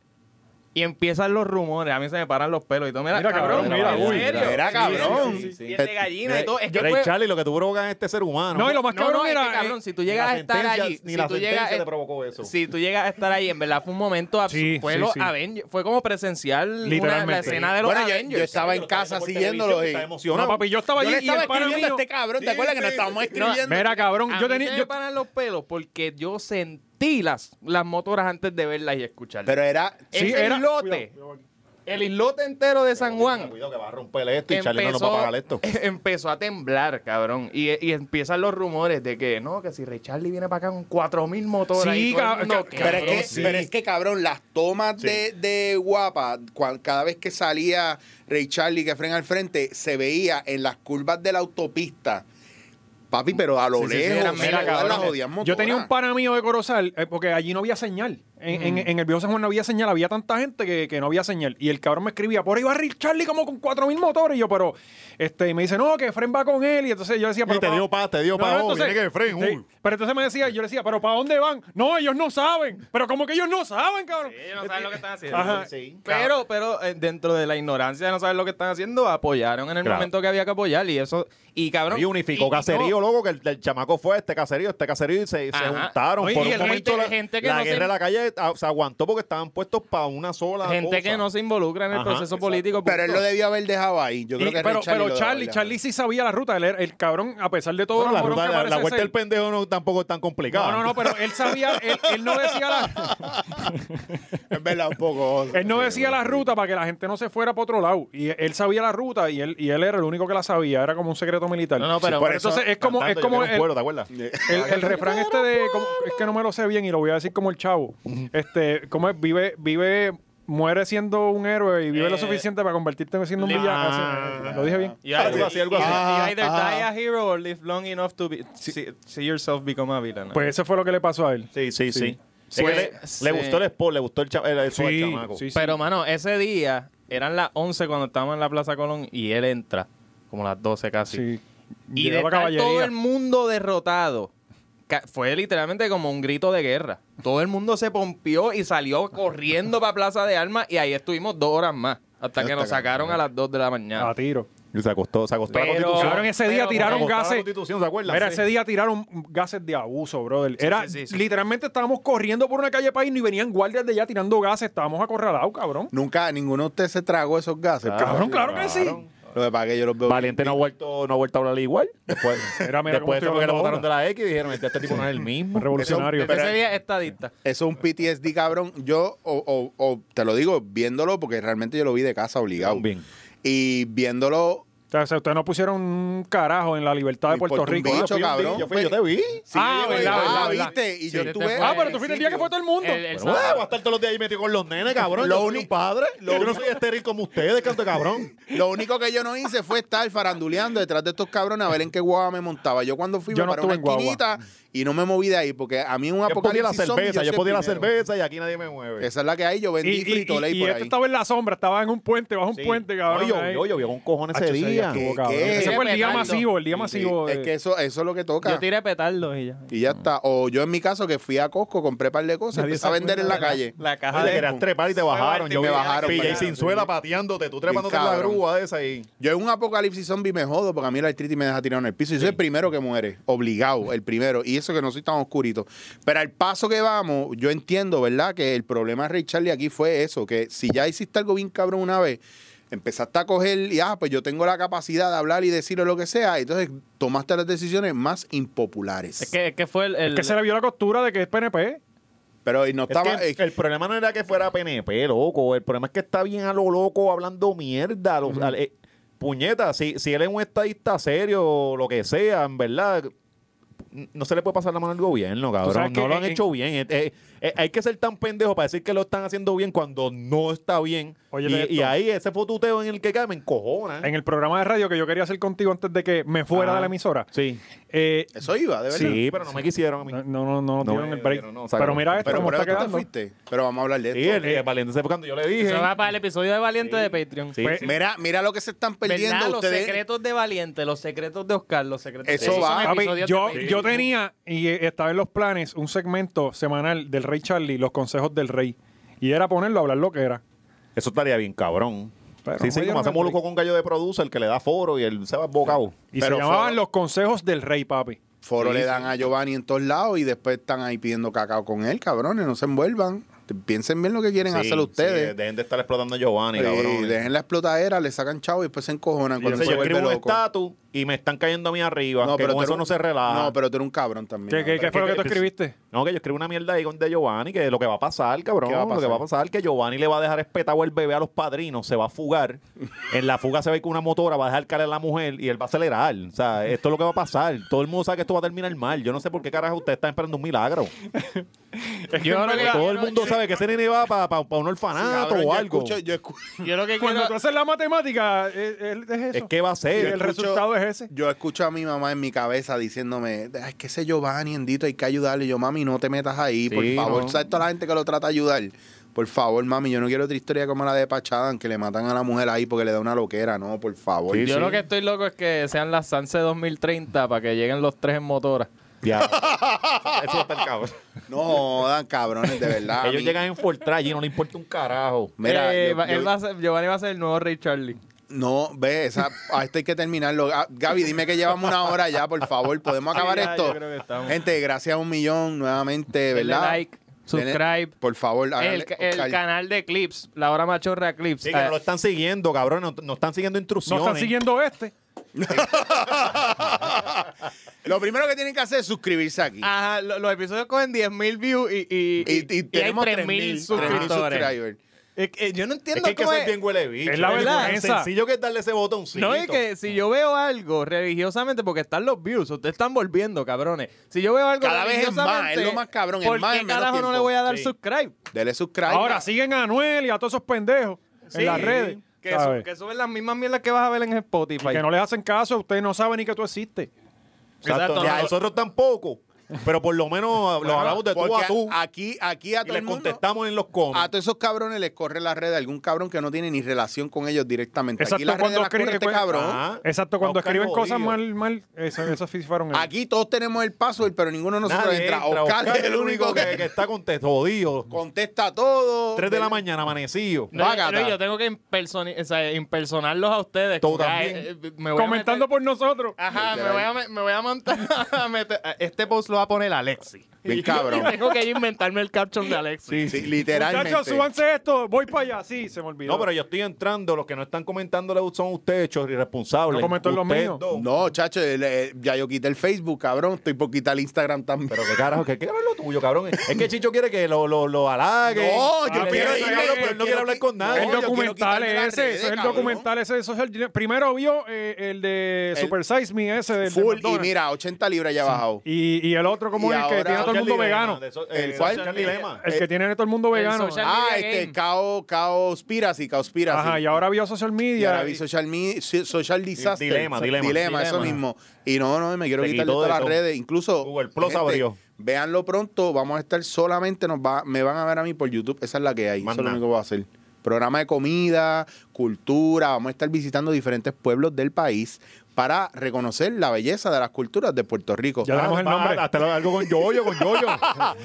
Y empiezan los rumores. A mí se me paran los pelos y todo. Mira,
Mira, cabrón, mira,
¿en
uy,
serio?
mira,
Sí,
cabrón.
sí, sí, sí. Piel de gallina y todo. Es que
Ray
fue-
Charlie, lo que tú provocas es este ser humano.
No, y lo más
No,
cabrón
no, es
era.
que, cabrón,
eh,
si tú llegas
Ni
a
la
estar
sentencia-
allí,
ni
si
la
tú llegas,
sentencia
eh,
te provocó eso.
si tú llegas a estar ahí, en verdad fue un momento absurdo.
Sí,
fue
sí,
los
sí.
Avengers, fue como presenciar una- la
Literalmente.
escena de los
Bueno, yo- yo,
Avengers.
estaba en casa siguiéndolo. Y...
Está
Yo
no,
emocionado.
papi, yo estaba allí
le
y
estaba
el pana
escribiendo a
mío.
este cabrón.
Sí,
¿Te acuerdas que
sí,
nos estábamos escribiendo?
Mira, cabrón,
A
yo
mí
tenía.
se
yo-
me paran los pelos porque yo sentí las, las motoras antes de verlas y escucharlas.
Pero era...
ese
Sí, era-
islote,
Cuidado, cuidado.
el islote entero de San Juan
Cuidado que va a romper esto y Charlie no nos va a
empezó,
pagar esto.
empezó a temblar, cabrón. Y, y empiezan los rumores de que no, que si Ray Charlie viene para acá con 4.000 motores.
Sí,
y todo el
cab-
mundo,
ca-
¿qué?
Pero es, que,
sí.
pero es que, cabrón, las tomas de, de guapa, cua- cada vez que salía Ray Charlie que frena al frente, se veía en las curvas de la autopista. Papi, pero a lo
Sí, sí, sí,
lejos,
eran
mira,
mega
todas las
cabrones.
jodías
Yo
motoras.
tenía un pana mío de Corozal, eh, porque allí no había señal. En, en- en el viejo San Juan no había señal, había tanta gente que, que no había señal. Y el cabrón me escribía, por ahí va Rick Charlie como con 4.000 motores. Y yo, pero, este, y me dice, no, que Fren va con él. Y entonces yo decía, pero.
te
pa-
dio pa- te dio pa- oh, viene que Fren,
sí.
uh.
Pero entonces me decía, yo le decía, pero ¿para dónde van? No, ellos no saben. Pero como que ellos no saben, cabrón.
Ellos no saben lo que están haciendo.
Ajá.
Sí.
Pero, pero eh, dentro de la ignorancia de no saber lo que están haciendo, apoyaron en el
Claro.
momento que había que apoyar. Y eso, y cabrón.
Y unificó
y-
caserío,
no,
loco, que el, el chamaco fue a este caserío, este caserío y se, se
Ajá.
juntaron.
Oye,
por
y
un
el
momento
gente-
la,
gente que
la
no se-
guerra de la calle ah, se aguantó porque estaban puestos para una sola
gente
cosa.
que no se involucra en el
Ajá,
proceso
exacto.
político.
Pero él
punto.
lo debió haber dejado ahí. Yo creo
Y-
que Ray
pero
Charlie
pero
lo dejó
Charlie,
haber
Charlie sí sabía la ruta. Él era- el cabrón, a pesar de todo
Bueno,
lo
la,
morón
ruta,
que
la, la
parece
vuelta
ser-
del pendejo no, tampoco es tan complicada.
No, no, no,
pues.
pero él sabía, él, él no decía la.
dejado. Es verdad, un poco.
Él no decía la ruta para que la gente no se fuera para otro lado. Y él sabía la ruta y él, y él era el único que la sabía. Era como un secreto militar.
No, no, pero-
por entonces es como, es
Cantando, yo
como
quiero un
el,
pueblo, ¿te acuerdas?
el- el refrán este de. como- es que no me lo sé bien y lo voy a decir como el chavo. Este, como es, vive, vive, muere siendo un héroe y vive lo
Eh,
suficiente para convertirte en siendo un
ah,
villano. Así, lo dije bien.
You either-
Algo así, algo
you-
así.
you either
Ajá,
die a hero or live long enough to be- see, see yourself become a villain.
Pues eso fue lo que le pasó a él.
Sí, sí, sí. Es
Pues,
que le,
sí.
le gustó el sport, le gustó el, cha- el, el show del chamaco.
sí, sí.
Pero, mano, ese día eran las 11 cuando estábamos en la Plaza Colón y él entra, como las 12 casi.
Sí.
Y de
Llegaba
estar todo el mundo derrotado, ca- fue literalmente como un grito de guerra. Todo el mundo se pompió y salió
Ah,
corriendo para Plaza de Armas y ahí estuvimos dos horas más, hasta que nos sacaron a las 2 de la mañana.
A tiro.
Y se acostó, se acostó la
Pero,
constitución.
cabrón, ese día
Se
tiraron
acostó la
gases.
Constitución, ¿se acuerdan?
Mira,
Sí.
ese día tiraron gases de abuso, brother.
Sí,
Era,
sí, sí, sí.
Literalmente estábamos corriendo por una calle país y venían guardias de allá tirando gases. Estábamos acorralados, cabrón.
Nunca, ninguno de ustedes se tragó esos gases.
Cabrón, claro que sí.
Claro.
Lo que pasa es que yo los veo.
Valiente no ha vuelto, no ha vuelto a hablar igual. Después,
Mira, mira cómo
después
estoy
de que
hablando
lo votaron de
ahora.
la X, dijeron, este, este tipo no es el mismo.
Revolucionario.
Pero-
Ese día es estadista.
Eso es un PTSD, cabrón. Yo, o, o- o te lo digo, viéndolo, porque realmente yo lo vi de casa obligado.
Bien.
Y viéndolo,
O sea, ustedes no pusieron un carajo en la libertad de
Me
Puerto
importa un
Rico.
bicho,
Yo fui-
cabrón.
Yo, fui, yo te vi.
sí,
Ah,
yo-
verdad,
ah,
verdad,
viste, y yo
Sí,
tuve.
este
Ah, pero tú fuiste el día que fue todo el mundo.
El- el
Pero,
sábado.
bueno, voy a estar todos los días ahí metido con los nenes, cabrón.
Lo
yo soy
único-
un padre. yo no soy estéril como ustedes, canto de cabrón.
Lo único que yo no hice fue estar faranduleando detrás de estos cabrones a ver en qué guava me montaba. Yo cuando fui
Yo
me
no
paré en una
estuve en guagua.
esquinita y no me moví de ahí, porque a mí un
Yo podía la
apocalipsis zombie,
cerveza, yo
soy
podía la
el primero.
cerveza y aquí nadie me mueve.
Esa es la que hay, yo vendí
Y, y,
frito
y- y
por
este
ahí.
estaba en la sombra, estaba en un puente, bajo un
Sí.
puente, cabrón.
No, yo,
ahí.
yo, yo, vi un cojón
Hacho,
ese
ese día
día.
estuvo,
¿Qué,
cabrón.
qué?
Ese fue el día
Petardo.
masivo, el día
Sí,
masivo.
Es
de-
que eso, eso es lo que toca.
Yo tiré petardos y ya.
Y ya está. O yo en mi caso que fui a Costco, compré par de cosas,
Nadie
empecé a
se
vender en la calle.
La caja
Ajá, te querías
de.
trepar y te bajaron.
Fue Martín,
Yo me
me
bajaron.
bajaron,
Pillé y
cabrón.
Sinzuela pateándote, tú trepándote en
Bien
la
cabrón.
grúa esa ahí.
Yo en un apocalipsis zombie me jodo porque a mí la artritis me deja tirado en el piso. Y soy el primero que muere, obligado, el primero. Y eso que no soy tan oscurito. Pero al paso que vamos, yo entiendo, ¿verdad? Que el problema de Ray Charlie aquí fue eso, que si ya hiciste algo bien cabrón una vez, empezaste a coger y, ah, pues yo tengo la capacidad de hablar y decirle lo que sea. Entonces tomaste las decisiones más impopulares.
Es que, es que fue el. el-
que se le vio la costura de que es PNP.
Pero y no
Es
estaba...
que
eh,
el problema no era que fuera PNP, loco. El problema es que está bien a lo loco hablando mierda. a lo- al- eh, puñeta, si, si él es un estadista serio, lo que sea, en verdad, n- no se le puede pasar la mano al gobierno,
sabes
cabrón.
que
No lo han
en-
hecho bien. Eh, eh, eh, hay que ser tan pendejo para decir que lo están haciendo bien cuando no está bien.
Óyeme esto.
y, y ahí ese fotuteo en el que cae me encojona.
En el programa de radio que yo quería hacer contigo antes de que me fuera
Ah.
de la emisora.
Sí.
Eh,
eso iba, de verdad.
Sí, pero no me quisieron a mí.
no, no, no, no,
No,
dieron el
eh,
break.
no, no, sácalo.
pero mira esto,
Pero,
cómo
pero
está
tú te
quedando.
fuiste. Pero vamos a hablar de esto.
Sí, el, el Valiente se fue cuando yo le dije.
Eso va para el episodio de Valiente de Patreon.
Sí,
Pues,
sí.
Mira, mira lo que se están perdiendo
¿Verdad? Los
ustedes.
secretos de Valiente, los secretos de Oscar, los secretos
Eso
Esos
va.
son
Papi,
episodios
yo,
de Patreon.
yo tenía y eh, estaba en los planes un segmento semanal del Rey Charlie, los consejos del Rey. Y era ponerlo a hablar lo que era.
Eso estaría bien cabrón.
Pero
sí, sí,
no
como
dieron
hacemos
el
loco con gallo de producer, el que le da foro y él se va bocado.
Y
Pero
se llamaban
fue-
los consejos del Rey, papi.
Foro
Sí,
le
sí.
dan a Giovanni en todos lados y después están ahí pidiendo cacao con él, cabrones. No se envuelvan. Piensen bien lo que quieren hacer ustedes.
dejen de estar explotando a Giovanni,
Sí,
cabrón.
dejen la explotadera, le sacan chavo y después se encojonan.
Y
Cuando
entonces
se
yo
vuelve
escribo un
loco.
estatus y me están cayendo a mí arriba. que
tú
con
eres
eso
un-
no se relaja.
No, pero tú eres un cabrón también.
¿Qué, qué-
hombre.
qué fue lo que tú escribiste?
No, que yo escribo una mierda ahí con de Giovanni, que lo que va a pasar, cabrón,
¿Qué va a
lo que
pasar?
va a pasar, que Giovanni le va a dejar espetado el bebé a los padrinos, se va a fugar. en la fuga se ve que una motora va a dejar caer a la mujer y él va a acelerar. O sea, esto es lo que va a pasar. Todo el mundo sabe que esto va a terminar mal. Yo no sé por qué carajo ustedes están esperando un milagro.
Yo lo que-
Todo el
eh,
yo lo-
mundo sabe que ese nene va para un orfanato
Cabrón,
o
yo
algo.
escucho- yo escu-
Yo lo que
Cuando
quiero.
tú haces la matemática, eh, eh, es, eso.
Es que va a
Y el
ser.
escucho-
resultado es ese.
Yo escucho a mi mamá en mi cabeza diciéndome, ay, que ese Giovanni, endito, hay que ayudarle. Yo, mami, no te metas ahí, por
Sí,
favor.
no.
¿Sabes toda la gente que lo trata de ayudar? Por favor, mami, yo no quiero otra historia como la de Pachadán, que le matan a la mujer ahí porque le da una loquera. No, por favor.
Yo lo que estoy loco es que sean las Sanse 2030 para que lleguen los tres en motora.
Ya. Eso va a estar cabrón.
No, dan cabrones, de verdad. a
Ellos
mí-
llegan en Fortran y no le importa un carajo.
Mira,
Eh,
yo-
va- él
yo-
va a ser- Giovanni va a ser el nuevo Ray Charlie.
no, ve, esa, a esto hay que terminarlo. Ah, Gaby, dime que llevamos una hora ya, por favor. ¿Podemos acabar
Sí, ya,
esto?
yo creo que estamos.
Gente, gracias a un millón nuevamente,
Denle
¿verdad?
like,
Denle-
subscribe.
Por favor, háganle-
El, el
Oscar.
canal de Clips, la hora machorra Clips.
Sí, que
Ah,
no lo están siguiendo, cabrón. No, no están siguiendo
No
instrucciones.
están siguiendo este.
Lo primero que tienen que hacer es suscribirse aquí.
Ajá, lo- los episodios cogen 10.000 views y, Ah, y,
y, y tenemos
hay
3.000
3.000 suscriptores.
suscriptores.
Es que eh, yo no
Es
entiendo
que hay que
cómo
ser bien huele bicho.
Es la
verdad.
Tan sencillo que es darle ese botoncito.
No, y que si yo veo algo religiosamente, porque están los views, ustedes están volviendo, cabrones. Si yo veo algo
Cada vez es más,
religiosamente,
es lo más cabrón, es
¿Por
más
qué
en menos
carajo no le
tiempo?
voy a dar
Sí.
subscribe?
Dele subscribe.
Ahora siguen a Anuel y a todos esos pendejos
Sí,
en las redes.
Que,
¿sabes?
su- que suben las mismas mierdas que vas a ver en Spotify.
Que no les hacen caso, ustedes no saben ni que tú existes.
Exacto.
Exacto,
Ni a
no.
nosotros tampoco. Pero por lo menos los hablamos de tú
Porque
a tú
Aquí, aquí a
y
todo
les
el mundo-
contestamos en los comments.
A todos esos cabrones les corre la red de algún cabrón que no tiene ni relación con ellos directamente.
Exacto,
aquí la red
cuando
la corre
escribe-
este
pues,
cuando-
cabrón.
Ajá.
Exacto, cuando
Oscar
escriben
jodido.
cosas mal, mal, eso, eso fifaron ellos.
Aquí todos tenemos el password, pero ninguno de nosotros
Nadie
entra.
entra.
Oscar, es el único que,
que está contestado, jodido.
contesta todo.
3 de la
¿verdad?
mañana, amanecido.
No,
Vágata.
no, yo tengo que impersoni- o sea, impersonarlos a ustedes.
Tú
Ya,
también.
eh, eh, me voy a
Comentando
meter-
por nosotros.
Ah,
Ajá, me voy, a, me- me voy a montar. a meter- este post lo va a poner Alexi.
Bien cabrón.
Y tengo que inventarme el caption de Alexi.
Sí, literalmente.
Muchachos, súbanse esto, voy para allá. Sí, se me olvidó.
No, pero yo estoy entrando. Los que no están comentando son ustedes, chorri irresponsables.
No comentó en los
Ustedes
míos.
dos.
No, chacho, el- eh, ya yo quité el Facebook, cabrón. Estoy por quitar el Instagram también.
Pero qué carajo, qué, qué es lo tuyo, cabrón. Es que Chicho quiere que lo, lo, lo halague.
No, yo
Ah,
quiero
ese
irme,
cabrón, pero
quiero
él no quiere
que-
hablar con nadie.
el
No, yo quiero
documental
quitarme
es
las
ese,
redes,
eso es el
cabrón.
documental ese de Social Dilemma. Primero vio eh, el de
El-
Super Size Me ese del de
Full y
McDonald's.
mira, 80 libras ya ha bajado.
y, y el otro como
Y
el que
ahora
tiene a todo el mundo vegano.
¿El eh,
¿El
cuál?
cual? Dilema.
El que tiene a todo el mundo
el
vegano.
social-
Ah,
Media
este,
Game.
Cao, Cao Spiracy, Cao Spiracy.
Ajá, y ahora vio Social Media.
Y ahora vi social, mi- so- social disaster.
Dilema,
So-
dilema.
eso
Dilema.
mismo. Y no, no, me quiero
Se
quitar de
quitó de
todas las
todo.
redes. Incluso.
Google Plus abrió.
Véanlo pronto. Vamos a estar solamente. Nos va, me van a ver a mí por YouTube. Esa es la que hay.
Más
eso es lo
nada.
único que voy a hacer. Programa de comida, cultura. Vamos a estar visitando diferentes pueblos del país para reconocer la belleza de las culturas de Puerto Rico.
Ya tenemos el nombre.
Hasta lo- algo con yoyo, con yoyo.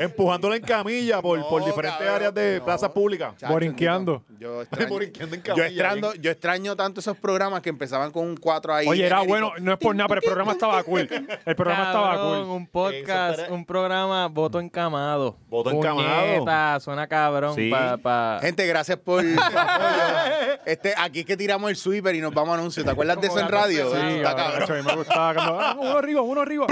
Empujándola en camilla por, por
No,
diferentes
cabrón,
áreas de
no.
plazas públicas.
Chacho,
Borinqueando.
Nico, Yo extraño,
Borinqueando en
yo,
camilla,
extraño, yo extraño tanto esos programas que empezaban con un 4 ahí.
Oye, era
genérico.
bueno, no es por nada, pero el programa estaba cool. El programa estaba
Cabrón,
cool.
Un podcast,
Eso estaría-
un programa, voto encamado.
Voto encamado.
Puñeta, Suena cabrón.
Sí.
Pa, pa-
Gente, gracias por por el apoyo. este, aquí es que tiramos el sweeper y nos vamos a anuncios. ¿Te acuerdas de eso en
Como gato
radio?
pesado.
Sí,
Está
cabrón,
cabrón.
macho, a mí me gustaba cuando, ah, uno arriba, uno arriba.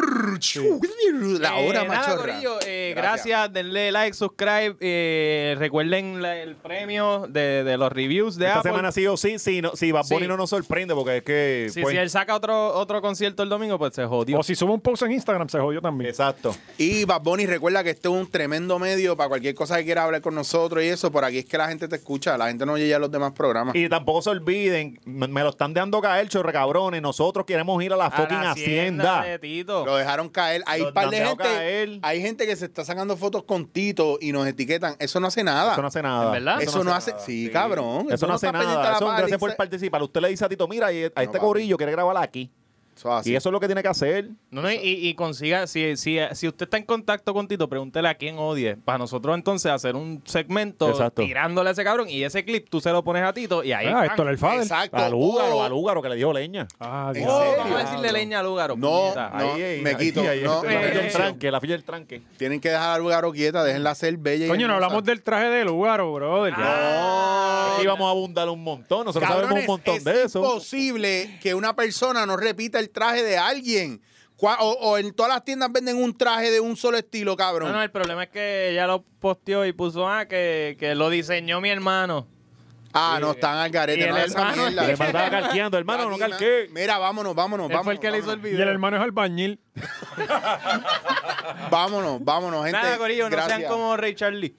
La
Eh,
hora
nada,
machorra.
corillo, eh, gracias.
Gracias.
denle like, subscribe, eh, recuerden la- el premio de, de los reviews de
Esta
Apple.
semana sí o sí, sí, no, sí, Bad Bunny
Sí.
no nos sorprende porque es que...
si,
pues,
si él saca otro, otro concierto el domingo, pues se jodió.
O si sube un post en Instagram, se jodió también.
Exacto.
Y Bad Bunny, recuerda que este es un tremendo medio para cualquier cosa que quiera hablar con nosotros y eso. Por aquí es que la gente te escucha. La gente no oye ya los demás programas.
Y tampoco se olviden, me, me lo están dejando caer, chorre cabrones. Nosotros queremos ir a la
A la
fucking hacienda.
de Tito.
Lo dejaron caer. Hay,
Lo
par de
han
gente,
dejado caer.
hay gente que se está sacando fotos con Tito y nos etiquetan. Eso no hace nada.
Eso no hace nada.
¿En verdad?
Eso no hace-
nada.
sí, cabrón.
Eso,
Eso
no
no
hace
está pendiente a
nada.
la
Eso, gracias
paliza.
por participar. Usted le dice a Tito, mira, a este
papi.
corillo quiere grabar aquí.
Eso es así.
Y eso es lo que tiene que hacer.
No, no, y, y consiga, si, si, si usted está en contacto con Tito, pregúntele a quién odie. Para nosotros entonces hacer un segmento
Exacto.
tirándole a ese cabrón y ese clip tú se lo pones a Tito y ahí.
Ah,
¡pam!
esto era el Fader.
Exacto.
Al húgaro,
O-
al húgaro que le dio leña.
Ah,
¿En
Dios.
Oh,
serio?
vamos a decirle leña al húgaro.
No,
puñeta.
no, me quito, no, eh,
la
me
filla del
quito.
tranque, la filla del tranque.
Tienen que dejar al lugar quieta, déjenla ser bella. y
Coño, no
hermosa.
hablamos del traje de Lugaro,
Ah,
brother. ya.
Ah,
Aquí vamos a abundar un montón. Nosotros sabemos un
Cabrones,
montón
es
de eso.
imposible que una persona no repita el traje de alguien. Cua- O, o en todas las tiendas venden un traje de un solo estilo, cabrón.
No, no, el problema es que ella lo posteó y puso, ah, que, que lo diseñó mi hermano.
ah, no, están al
y
garete.
el
no, esa
hermano-
mierda.
el
Le mandaba calqueando, hermano, no
Aquí,
calqué.
Mira, vámonos, vámonos,
Él
vámonos.
fue el que le hizo el
vámonos.
Y el
video.
hermano es albañil.
Vámonos, vámonos, gente.
Nada, Corillo, no
gracias.
sean como Ray Charlie.